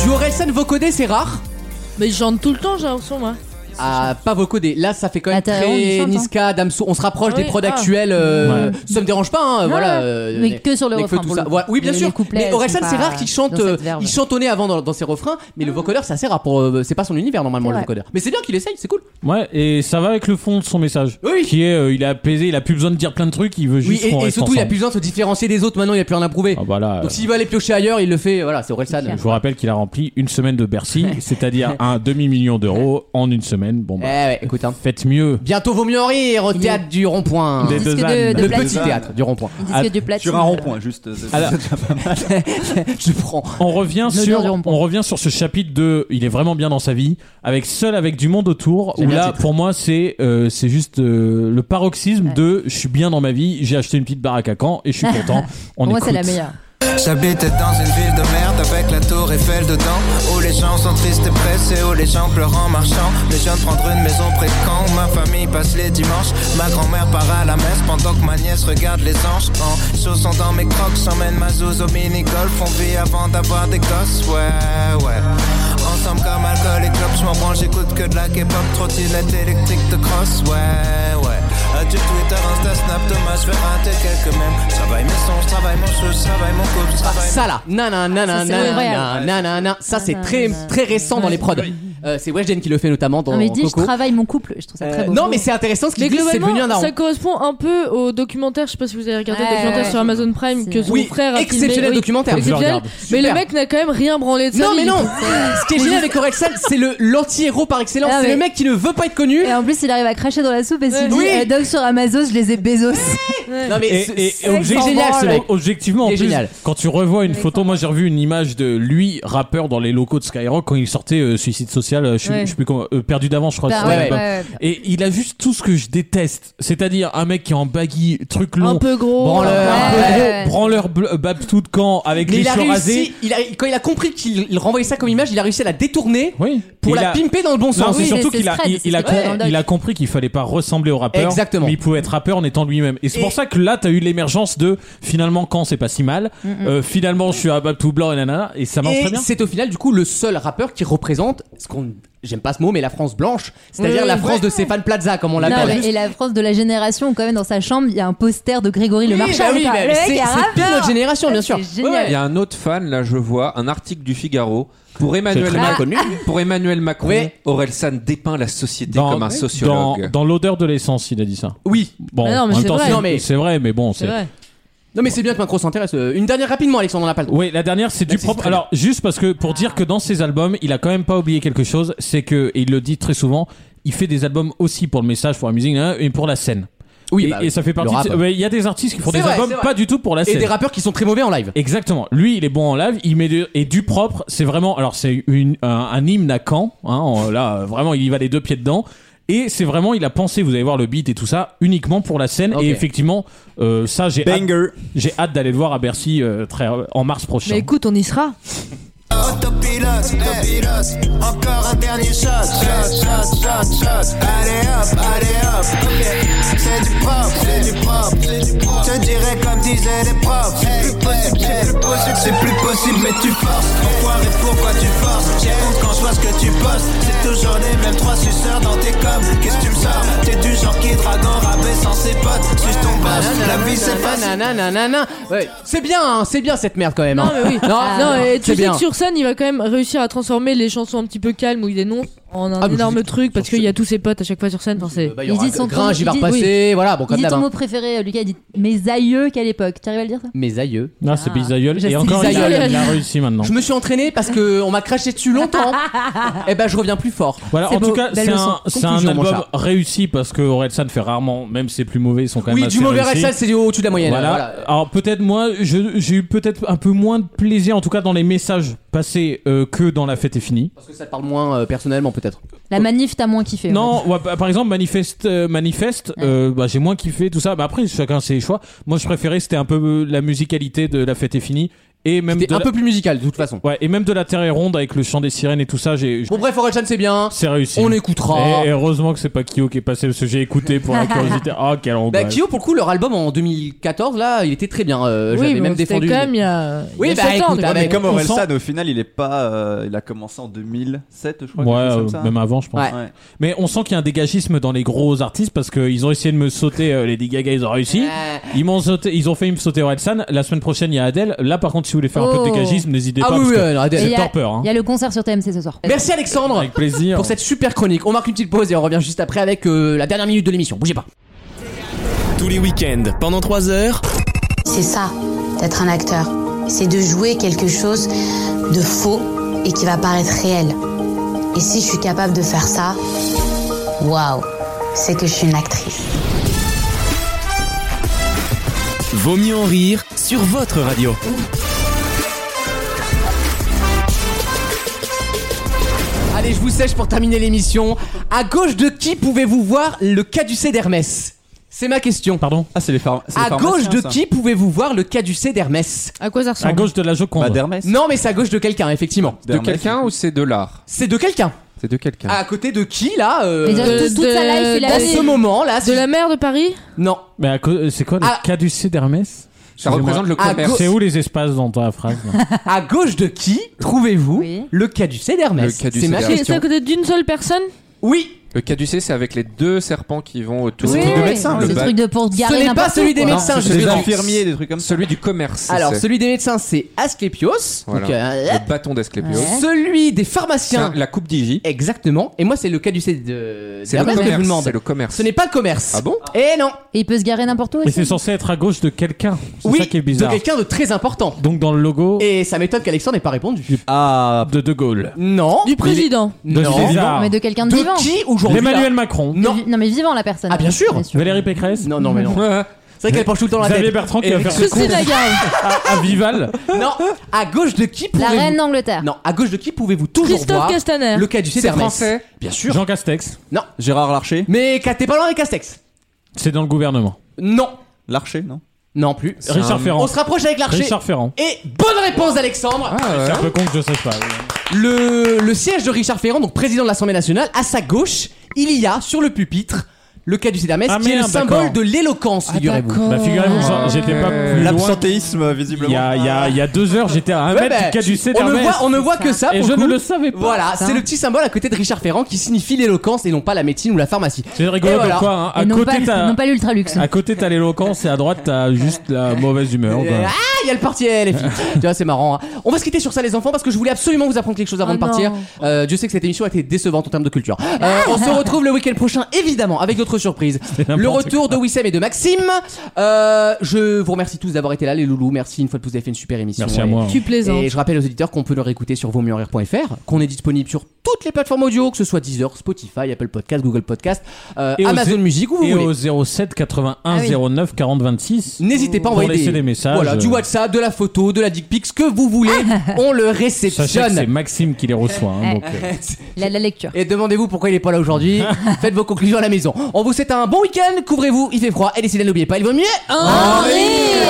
du Orelsan vocodé, c'est rare. Mais il chante tout le temps, j'ai l'impression, moi. Ah, pas vocodé. Là, ça fait quand même Ah, t'as très raison, il chante, hein. Niska, Damso. On se rapproche Ah des oui, prods ah. actuels. euh, Ouais. Ça me dérange pas, hein, Non, voilà. ouais. euh, Mais les- que sur le les refrain, feux, tout pour ça. le coup. Voilà. Oui, bien Les- sûr. les couplets, mais elles Orelsan, sont c'est pas rare qu'il chante. dans cette euh, verve. Ah. il chantonnait avant dans, dans ses refrains, mais le vocodeur, ça sert à pour. euh, c'est pas son univers normalement C'est le vrai. vocodeur. Mais c'est bien qu'il essaye, c'est cool. Ouais, et ça va avec le fond de son message. Oui. Qui est, euh, il est apaisé, il a plus besoin de dire plein de trucs, il veut Oui, juste et, qu'on et reste surtout, il a ensemble. plus besoin de se différencier des autres. Maintenant, il a plus rien à prouver. Ah bah là, euh, Donc, s'il veut aller piocher ailleurs, il le fait. Voilà, c'est Orelsan. C'est je vous rappelle qu'il a rempli une semaine de Bercy, c'est-à-dire un demi-million d'euros en une semaine. Bon Eh bah, ouais, écoute, hein. faites mieux. Bientôt vaut mieux en rire au Il est- théâtre du rond-point. Des Disque deux de, ânes. de Le platine. petit théâtre du rond-point. Disque Ah, du platine. Sur un rond-point, juste. euh, Alors- Je prends. On revient, Ne sur, dirons pas. on revient sur ce chapitre de Il est vraiment bien dans sa vie, avec Seul avec du monde autour, J'aime où bien le là, titre. pour moi, c'est euh, c'est juste euh, le paroxysme Ouais. de Je suis bien dans ma vie, j'ai acheté une petite baraque à Caen et je suis content. On Pour moi, écoute. c'est la meilleure. J'habitais dans une ville de merde avec la tour Eiffel dedans Où les gens sont tristes et pressés, où les gens pleurent en marchant Les jeunes prendre une maison près de Caen où ma famille passe les dimanches Ma grand-mère part à la messe pendant que ma nièce regarde les anges En chaussons dans mes crocs, j'emmène ma zouze au mini-golf On vit avant d'avoir des gosses, ouais, ouais Ensemble comme alcool et clopes, j'm'en branle, j'écoute que de la K-pop Trottinette électrique de cross, ouais, ouais Adieu Twitter, Insta, Snap, Thomas, je vais rater quelques mêmes Je travaille mes sons, je travaille mon jeu, je travaille mon couple, je Ah, travaille ça là, nanana, Ça, c'est nanana, L'Oréal. nanana, ça c'est très très récent dans les prods. Euh, c'est Weshden qui le fait notamment dans Non, mais dis, je Coco. travaille mon couple. Je trouve ça très Euh, beau. non mais c'est intéressant ce Mais qu'il dit, c'est devenu un globalement, daron. ça correspond un peu au documentaire. Je sais pas si vous avez regardé Ouais, le documentaire ouais. sur Amazon Prime que son Oui, frère a filmé. exceptionnel Oui, documentaire. exceptionnel. Je le regarde. Mais le Super. mec n'a quand même rien branlé de ça. Non mais non Ce qui est génial avec Orelsan, c'est le l'anti-héros par excellence, Ah, c'est mais- le mec qui ne veut pas être connu. Et en plus, il arrive à cracher dans la soupe et se dit Oui. euh, Doc sur Amazon, je les ai Bezos. Non mais Et, c'est- et- et c'est objectivement, génial ce mec. objectivement, en Il est plus, génial. quand tu revois une photo, moi j'ai revu une image de lui, rappeur, dans les locaux de Skyrock quand il sortait euh, Suicide Social, euh, je sais Ouais. je sais plus comment, euh, Perdu d'avance, je crois. Bah, c'est ouais, l'album. ouais, Et il a juste tout ce que je déteste, c'est-à-dire un mec qui est en baggy, truc long, Un peu gros. branleur, Ouais, un peu ouais, gros, ouais. branleur bleu- euh, Babtou de camp avec Mais les il a cheveux rasés. réussi, il a- quand il a compris qu'il il renvoyait ça comme image, il a réussi à la détourner Oui. pour Et il la a- pimper dans le bon Non, sens. c'est Oui, surtout c'est qu'il a, secret, il, c'est il a, secret dans le doc. il a compris qu'il fallait pas ressembler au rappeur. Exactement. Mais il pouvait être rappeur en étant lui-même. Et c'est Et- pour ça que là, t'as eu l'émergence de finalement, quand c'est pas si mal. euh, finalement, je suis à Bab tout blanc et nanana. Et ça marche Et très bien. c'est au final du coup le seul rappeur qui représente ce qu'on j'aime pas ce mot mais la France blanche, c'est-à-dire Oui, la oui. France de Stéphane Plaza comme on Non, l'appelle. mais- et la France de la génération, quand même, dans sa chambre, il y a un poster de Grégory Le Oui, Marchand. bah oui, quoi. mais Le mec c'est- est c'est rappeur. pile notre génération, bien Ah, sûr. C'est Ouais, ouais, Il y génial. a un autre fan, là, je vois, un article du Figaro. Pour Emmanuel, très mal Ma- pour Emmanuel Macron, Oui. Orelsan dépeint la société comme un dans- sociologue. dans l'odeur de l'essence, il a dit ça. Oui. Bon, Mais non, mais en c'est même temps, vrai. c'est- Non, mais- c'est vrai, mais bon, C'est c'est. vrai. Non mais c'est bien que Macron s'intéresse. Euh, Une dernière rapidement Alexandre on n'a pas le temps. Oui, la dernière, c'est du Merci, propre. c'est très Alors, juste parce que pour dire que dans ses albums, il a quand même pas oublié quelque chose, c'est que, et il le dit très souvent, il fait des albums aussi pour le message, pour la musique, hein, et pour la scène. Oui, et, bah, et ça fait le partie. de- rap. ouais, Il y a des artistes qui font C'est des vrai, albums c'est vrai. pas du tout pour la Et scène. des rappeurs qui sont très mauvais en live. Exactement. Lui, il est bon en live. Il met de- et du propre. C'est vraiment. Alors, c'est une, un, un hymne à Caen. Hein, en- là, euh, vraiment, il y va les deux pieds dedans. Et c'est vraiment, il a pensé, vous allez voir le beat et tout ça, uniquement pour la scène. Ok. Et effectivement, euh, ça, j'ai hâte, j'ai hâte d'aller le voir à Bercy euh, très, en mars prochain. Mais écoute, on y sera. Autopilote, autopilote, encore un dernier shot, shot, shot, shot, shot. Allez hop, allez hop, ok. C'est du pop, c'est du pop, c'est du pop. Je dirais comme disaient les profs. C'est plus possible, c'est plus possible, c'est plus possible, mais tu forces. Enfoiré, pourquoi tu forces J'ai honte quand je vois ce que tu postes. C'est toujours les mêmes trois suceurs dans tes coms. Qu'est-ce que tu me sors T'es du genre qui drague en rabaissant ses potes. Suis ton Ah, boss, la vie c'est facile. Nananananana. Ah, Ouais, C'est bien, hein, c'est bien cette merde quand même. hein. Non, mais oui. Ah, Non, Non, et c'est tu sais bien. que sur scène, il va quand même réussir à transformer les chansons un petit peu calmes où il dénonce en un Ah, mais énorme sur- truc parce qu'il y a tous ses potes à chaque fois sur scène. Enfin, c'est- Bah, Il aura dit son Gringe, con- il va il dit- repasser. Voilà, bon Il comme dit d'hab. ton hein. mot préféré, euh, Lucas, il dit mes aïeux qu'à l'époque. T'arrives à le dire ça Mes aïeux. Non, c'est Ah. Bisaïeul. Et J'aime encore, il a, Bisaïeul. il a réussi maintenant. Je me suis entraîné parce que on m'a craché dessus longtemps. Et ben je reviens plus fort. Voilà, C'est en beau. tout cas, Belle c'est leçon. un, c'est un Conclusion, mon album chat. réussi parce que Orelsan fait rarement, même ses plus mauvais sont quand même Oui, assez du mauvais réussis. Rexal, c'est au-dessus de la moyenne. Voilà. Voilà. Alors peut-être moi, je- j'ai eu peut-être un peu moins de plaisir, en tout cas dans les messages passés euh, que dans la fête est finie. Parce que ça te parle moins euh, personnellement peut-être. La manif, t'as moins kiffé. en Non, ouais, bah, par exemple manifeste, euh, manifeste, euh, bah, j'ai moins kiffé tout ça. Bah, après chacun ses choix. Moi je préférais c'était un peu euh, la musicalité de la fête est finie et même C'était de un la... peu plus musical de toute façon. ouais et même de la Terre est ronde avec le chant des sirènes et tout ça. J'ai Bon bref, Orelsan c'est bien. c'est Eh, réussi. On écoutera. Et, et heureusement que c'est pas Kyo qui est passé parce que j'ai écouté pour la curiosité. Ah quel Bah emballage. Kyo pour le coup leur album en 2014 là il était très bien euh, Oui, j'avais mais même bon, c'était défendu quand même il y a. il y Oui, a bah, sept ans, écoute, donc- ah, mais comme on Orelsan, au final, il est pas. euh, il a commencé en 2007, je crois. Ouais, quelque euh, chose comme ça. même avant je pense. Ouais. Ouais. Mais on sent qu'il y a un dégagisme dans les gros artistes parce qu'ils ont essayé de me sauter. euh, Lady Gaga, ils ont réussi. Ah. Ils m'ont sauté, ils ont failli me sauter Orelsan. La semaine prochaine, il y a Adèle. Là, par contre, si vous voulez faire un peu Oh. de dégagisme, n'hésitez Ah pas. oui, parce oui, que alors, Adèle. fait. Et il c'est y a- torpeur. hein. Il y a le concert sur TMC ce soir. Merci Alexandre Avec plaisir. pour cette super chronique. On marque une petite pause et on revient juste après avec euh, la dernière minute de l'émission. Bougez pas. Tous les week-ends, pendant 3 heures, C'est ça, d'être un acteur. C'est de jouer quelque chose de faux et qui va paraître réel. Et si je suis capable de faire ça, waouh, c'est que je suis une actrice. Vaut mieux en rire sur votre radio. Allez, je vous sèche pour terminer l'émission. À gauche de qui pouvez-vous voir le caducé d'Hermès C'est ma question. Pardon Ah, c'est les pharma- c'est les À gauche pharmaciens, de ça. qui pouvez-vous voir le caducé d'Hermès À quoi ça ressemble À gauche de la Joconde. Bah, d'Hermès. Non, mais c'est à gauche de quelqu'un, effectivement. De quelqu'un ou c'est de l'art C'est de quelqu'un. C'est de quelqu'un. Ah. À côté de qui, là euh, Mais de- de- toute sa life, il à a- ce moment, là. De la mer de Paris Non. Mais à cause- c'est quoi le Ah. caducé d'Hermès Ça représente le Excusez-moi. commerce. À gauche- C'est où les espaces dans ta phrase là À gauche de qui trouvez-vous le caducé d'Hermès Le caducé C'est ma d'Hermès. C'est question. à côté d'une seule personne Oui. Le caducé, c'est avec les deux serpents qui vont autour. Oui, Le oui, médecin, c'est le bac. truc de pour se Ce garer n'est n'importe pas celui où, des quoi. médecins, c'est je des vais- infirmiers, des trucs comme ça. Celui du commerce. Alors, c'est- celui des médecins, c'est Asclepios. Voilà. Donc, euh, Le bâton d'Asclépios. Celui des C'est pharmaciens. un- La coupe d'Igi. Exactement. Et moi, c'est le caducé de C'est le d'Hermès que je vous commerce. demande. C'est le commerce. Ce n'est pas le commerce. Ah bon Eh non. Et il peut se garer n'importe où. Et c'est censé être à gauche de quelqu'un. C'est Oui, ça qui est de bizarre. quelqu'un de très important. Donc dans le logo Et ça m'étonne qu'Alexandre n'ait pas répondu. Ah, de De Gaulle. Non. Du président. De Non. César. Mais de quelqu'un de, vivant. De qui aujourd'hui Emmanuel là Macron. De Non. vi- Non, mais vivant la personne. Ah, bien sûr. Valérie Pécresse. Non, non, mais non. C'est vrai qu'elle penche tout le temps la tête. Xavier Bertrand qui Et va faire ce Christine cours Lagarde. à, à Vival. Non. À gauche de qui La pouvez-vous reine d'Angleterre. Non. À gauche de qui pouvez-vous toujours Christophe voir Castaner. le caducé C'est d'Hermès français. Bien sûr. Jean Castex. Non. Gérard Larcher Mais Kat, t'es pas loin avec Castex. C'est dans le gouvernement. Non. Larcher, non Non plus. Richard Ferrand. On se rapproche avec l'archer. Richard Ah, Ferrand. Et bonne réponse d'Alexandre. C'est un peu con que je sache pas. Le, le siège de Richard Ferrand, donc président de l'Assemblée nationale, à sa gauche, il y a sur le pupitre le caducé d'Hermès, Ah, qui est le merde, symbole d'accord. de l'éloquence, figurez-vous. Bah figurez-vous, j'en- j'étais pas plus loin. L'absentéisme, Il y visiblement. a, il y a- il y a deux heures, j'étais à un Ouais, mètre bah, du caducé on, ne d'Hermès. voit, on ne voit que ça. Et pour je le ne coup. le savais pas. Voilà, ça. c'est le petit symbole à côté de Richard Ferrand qui signifie l'éloquence et non pas la médecine ou la pharmacie. C'est rigolo Et comme voilà. quoi, hein. Et à, non pas, côté, t'as, non pas l'ultra luxe. Ah. à côté t'as l'éloquence et à droite t'as juste la mauvaise humeur. Euh, quoi. ah, il y a le parti LFI. tu vois, c'est marrant. hein. On va se quitter sur ça, les enfants, parce que je voulais absolument vous apprendre quelque chose avant Oh de partir. non. Euh, Dieu sait que cette émission a été décevante en termes de culture. Euh, on se retrouve le week-end prochain, évidemment, avec d'autres surprises. Le n'importe retour de Wissem et de Maxime. Euh, je vous remercie tous d'avoir été là, les loulous. Merci une fois de plus, vous avez fait une super émission. Merci à Et- moi. Tu plaisantes. Et je rappelle aux auditeurs qu'on peut le réécouter sur vosmieuxenrire.fr, qu'on est disponible sur toutes les plateformes audio, que ce soit Deezer, Spotify, Apple Podcast, Google Podcast, euh, Et aux- Amazon Music, où vous Et voulez. au 07 81 09 40 26. N'hésitez pas à Pour envoyer laisser des messages. euh. Voilà, du WhatsApp, de la photo, de la dick pic, ce que vous voulez, on le Sachez que c'est réceptionne. Maxime qui les reçoit. hein, donc, euh, La, la lecture. Et demandez-vous pourquoi il est pas là aujourd'hui. Faites vos conclusions à la maison. On vous souhaite un bon week-end. Couvrez-vous, il fait froid. Et décidez, n'oubliez pas, il vaut mieux. en rire.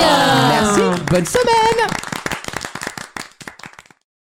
Merci. Bonne semaine.